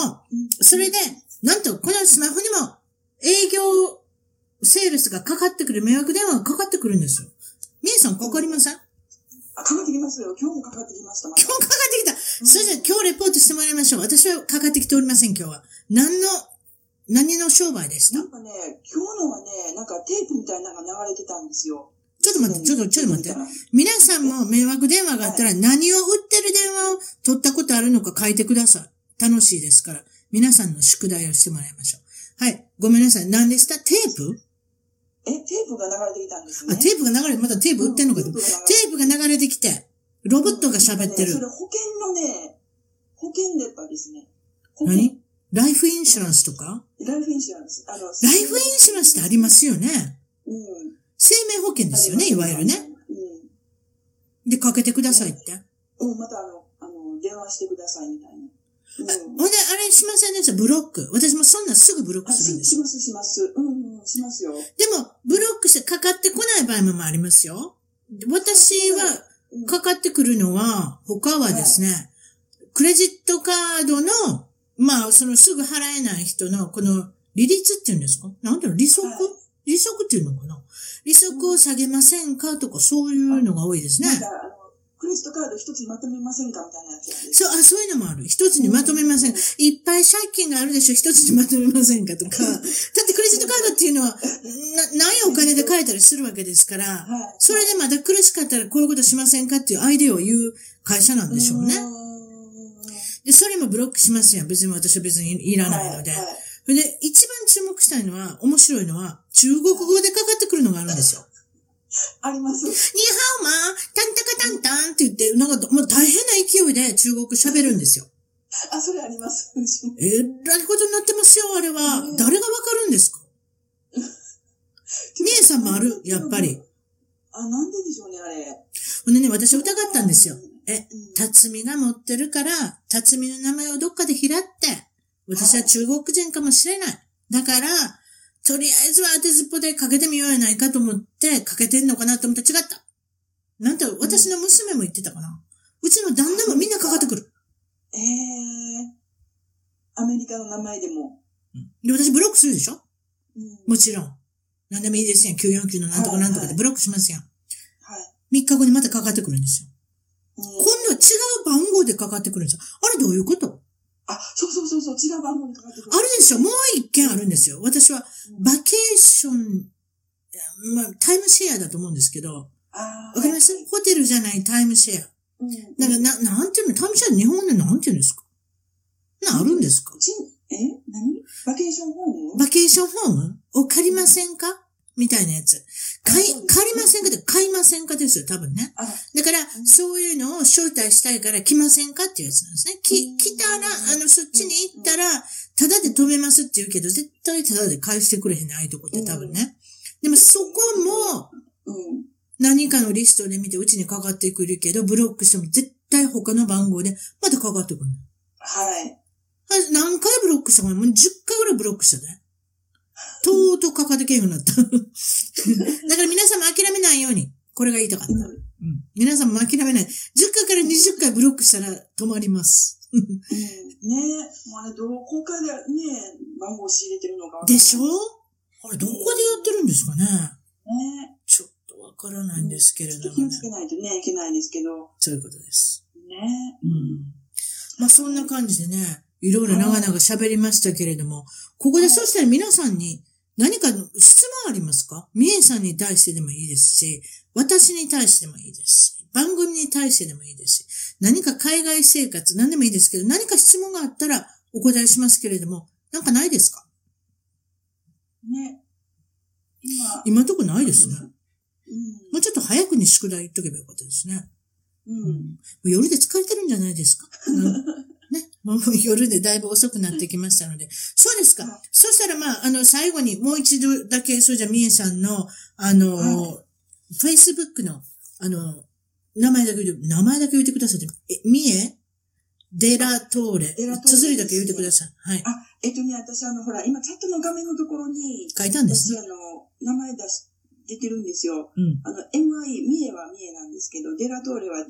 Speaker 1: それで、なんと、このスマホにも、営業、セールスがかかってくる、迷惑電話がかかってくるんですよ。みえさんかかりません
Speaker 2: あかかってきますよ。今日もかかってきました。また
Speaker 1: 今日かかってきたそれじゃあ今日レポートしてもらいましょう。私はかかってきておりません、今日は。何の、何の商売でした
Speaker 2: なんかね、今日のはね、なんかテープみたいなのが流れてたんですよ。
Speaker 1: ちょっと待って、ちょっと、ちょっと待って
Speaker 2: は。
Speaker 1: 皆さんも迷惑電話があったら何を売ってる電話を取ったことあるのか書いてください。楽しいですから。皆さんの宿題をしてもらいましょう。はい。ごめんなさい。何でしたテープ
Speaker 2: い。え、テープが流れてきたんです
Speaker 1: あ、
Speaker 2: ね。
Speaker 1: テープが流れて、まだテープ売ってんのかと。
Speaker 2: うん
Speaker 1: テ
Speaker 2: テ
Speaker 1: ープが流れてきて、ロボットが喋って
Speaker 2: ねそれ
Speaker 1: る。
Speaker 2: 保険のね、保険でやっぱですね。保険
Speaker 1: 何ライフインシュランスとか
Speaker 2: ライフインシュランス。あの、ラ
Speaker 1: ライフインシュランスってありますよね。
Speaker 2: うん。
Speaker 1: 生命保険ですよね、いわゆるね。。で、かけてくださいって。
Speaker 2: うん。うん、またあの、あの、電話してくださいみたいな。うん。
Speaker 1: ほんで、あれしませんでした、ブロック。私もそんなんすぐブロック
Speaker 2: あ、
Speaker 1: するん
Speaker 2: し
Speaker 1: です
Speaker 2: し
Speaker 1: よ。
Speaker 2: ます、します。うん、うん、しますよ。
Speaker 1: でも、ブロックしてかかってこない場合もありますよ。で私は、
Speaker 2: うん、
Speaker 1: かかってくるのは、他はですね、クレジットカードの、まあ、そのすぐ払えない人の、この、利率っていうんですかなんだろう、利息、
Speaker 2: はい
Speaker 1: 利息っていうのかな利息を下げませんかとか、そういうのが多いですね。
Speaker 2: なんか、あの、クレジットカード一つまとめませんかみたいなやつやで
Speaker 1: そう、あ、そういうのもある。一つにまとめません。いっぱい借金があるでしょ、一つにまとめませんかとか。だってクレジットカードっていうのは、な、ないお金で買えたりするわけですから、
Speaker 2: はい。
Speaker 1: それでまだ苦しかったらこういうことしませんかっていうアイデアを言う会社なんでしょうね。
Speaker 2: う
Speaker 1: で、それもブロックしますやん。別に私は別にい
Speaker 2: ー
Speaker 1: ら
Speaker 2: ん。
Speaker 1: ないので。
Speaker 2: はいはい
Speaker 1: それで、一番注目したいのは、面白いのは、中国語でかかってくるのがあるんですよ。
Speaker 2: あります。
Speaker 1: ニーハオマー、タンタカタンタンって言って、なんかもう大変な勢いで中国喋るんですよ。
Speaker 2: あ、それあります。うちも
Speaker 1: えらいことになってますよ、あれは。
Speaker 2: ねえ
Speaker 1: 誰がわかるんですかみえさんもあるやっぱり。
Speaker 2: あ、なんででしょうね、あれ。
Speaker 1: ほんでね、私疑ったんですよ。え、
Speaker 2: うん
Speaker 1: 辰巳が持ってるから、辰巳の名前をどっかで拾って、私は中国人かもしれない。だから、とりあえずは当てずっぽでかけてみようやないかと思って、かけてんのかなと思って違った。なんと、私の娘も言ってたかな。うちの旦那もみんなかかってくる。
Speaker 2: えー、アメリカの名前でも。
Speaker 1: で、私ブロックするでしょ
Speaker 2: うん。
Speaker 1: もちろん。何でもいいですやん。949のなんとかなんとかでブロックしますやん。3
Speaker 2: はい。
Speaker 1: 日後にまたかかってくるんですよ。
Speaker 2: うん
Speaker 1: 今度は違う番号でかかってくるんですよ。あれどういうこと
Speaker 2: あ、そうそうそうそう、違う番号にかかってくる。
Speaker 1: あるでしょもう一件あるんですよ。私は、
Speaker 2: うん
Speaker 1: バケーション、まあ、タイムシェアだと思うんですけど、
Speaker 2: あー
Speaker 1: わかりますホテルじゃないタイムシェア。
Speaker 2: うん。
Speaker 1: な
Speaker 2: なんん
Speaker 1: か、
Speaker 2: か、
Speaker 1: な、なんていうのタイムシェア日本でなんていうんですかな、あるんですか
Speaker 2: ちん、え何バケーションホーム
Speaker 1: バケーションホームを借りませんかみたいなやつ。買い、借りませんかって買いませんかですよ、多分ね。
Speaker 2: あ、
Speaker 1: だから、
Speaker 2: ん
Speaker 1: そういうのを招待したいから来ませんかっていうやつなんですね。
Speaker 2: う
Speaker 1: き、
Speaker 2: ん
Speaker 1: 来たら、あの、そっちに行ったら、ただで止めますって言うけど、絶対ただで返してくれへんね、ああいうとこって多分ね。でも、そこも、
Speaker 2: うん。
Speaker 1: 何かのリストで見て、うちにかかってくるけど、ブロックしても絶対他の番号で、またかかってくるの。
Speaker 2: はい。
Speaker 1: あれ何回ブロックしたかなもう10回ぐらいブロックしたね。とうとうかかってけんようになった。 [LAUGHS] だから皆さんも諦めないように。これが言いたかった。
Speaker 2: うん
Speaker 1: うん皆さんも諦めない。10回から20回ブロックしたら止まります。
Speaker 2: うんねえ、もうあれ、どこかでね、番号仕入れてるのかわかんない
Speaker 1: でしょあれ、どこでやってるんですかね
Speaker 2: ね。
Speaker 1: ちょっとわからないんですけれ
Speaker 2: ちょ
Speaker 1: ど
Speaker 2: っと気
Speaker 1: も
Speaker 2: を
Speaker 1: ね
Speaker 2: つ。けないとね、いけないですけど。
Speaker 1: そういうことです。
Speaker 2: ね。
Speaker 1: うん。まあ、そんな感じでね、いろいろ長々喋りましたけれども、ここでそしたら皆さんに何かの質問ありますかみえさんに対してでもいいですし、私に対してもいいですし、番組に対してでもいいですし、何か海外生活、何でもいいですけど、何か質問があったらお答えしますけれども、なんかないですか
Speaker 2: ね。今、
Speaker 1: 今のとこないですね。
Speaker 2: う
Speaker 1: もうちょっと早くに宿題言っとけばよかったですね。
Speaker 2: ん。
Speaker 1: う
Speaker 2: うん
Speaker 1: も
Speaker 2: ん。
Speaker 1: う夜で疲れてるんじゃない
Speaker 2: [LAUGHS]
Speaker 1: ですか。うんね。もう夜でだいぶ遅くなってきましたので。そうですか
Speaker 2: はい。
Speaker 1: そしたらまあ、あの、最後にもう一度だけ、そうじゃ、みえさんの、あの、
Speaker 2: は
Speaker 1: Facebook の、あの、名前だけ言うて、名前だけ言ってくださいって。え、みえデラトーレ
Speaker 2: デラ。トーレ
Speaker 1: 綴りだけ言ってください。はい。
Speaker 2: えっとね、私あの、ほら、今、チャットの画面のところに、
Speaker 1: 書いたんです
Speaker 2: 私
Speaker 1: ね。
Speaker 2: あの、名前出し、出てるんですよ。
Speaker 1: うん。
Speaker 2: あの、MI、三重は三重なんですけど、デラトーレは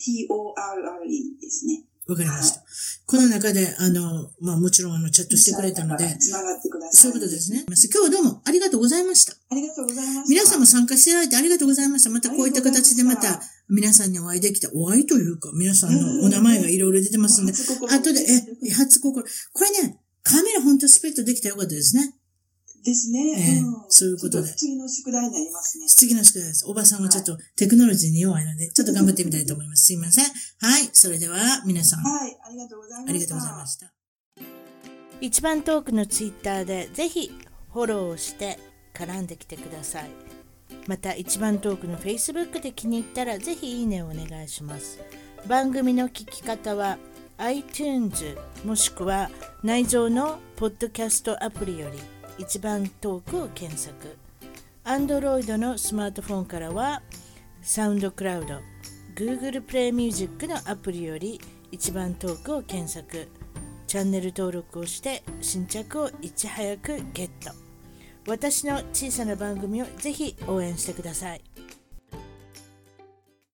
Speaker 2: DELATORRE ですね。
Speaker 1: わかりました。この中で、あの、まあもちろんあの、チャットしてくれたので、
Speaker 2: つながってください。
Speaker 1: そういうことですね。今日はどうもありがとうございました。
Speaker 2: ありがとうございました。
Speaker 1: 皆さんも参加していただいてありがとうございました。またこういった形でまた皆さんにお会いできた、お会いというか、皆さんのお名前がいろいろ出てますんで、
Speaker 2: あ
Speaker 1: あとで、え、初心。これね、カメラ本当スペットできたらよかったですね。
Speaker 2: ですね。
Speaker 1: ええ
Speaker 2: ん
Speaker 1: そういうことで
Speaker 2: ちょっ次の宿題になりますね。
Speaker 1: 次の宿題です。おばさんはちょっとテクノロジーに弱いので、ちょっと頑張ってみたいと思います。すいません。はい。それでは皆さん、あ
Speaker 2: はい、ありがとうございました。
Speaker 1: りがとうございました。
Speaker 3: 一番トークのツイッターでぜひフォローして絡んできてくださいまた一番トークの Facebook で気に入ったらぜひいいねをお願いします番組の聞き方は iTunes もしくは内蔵のポッドキャストアプリより一番トークを検索 Android のスマートフォンからはサウンドクラウド Google プレイミュージックのアプリより一番トークを検索チャンネル登録をして新着をいち早くゲット私の小さな番組をぜひ応援してください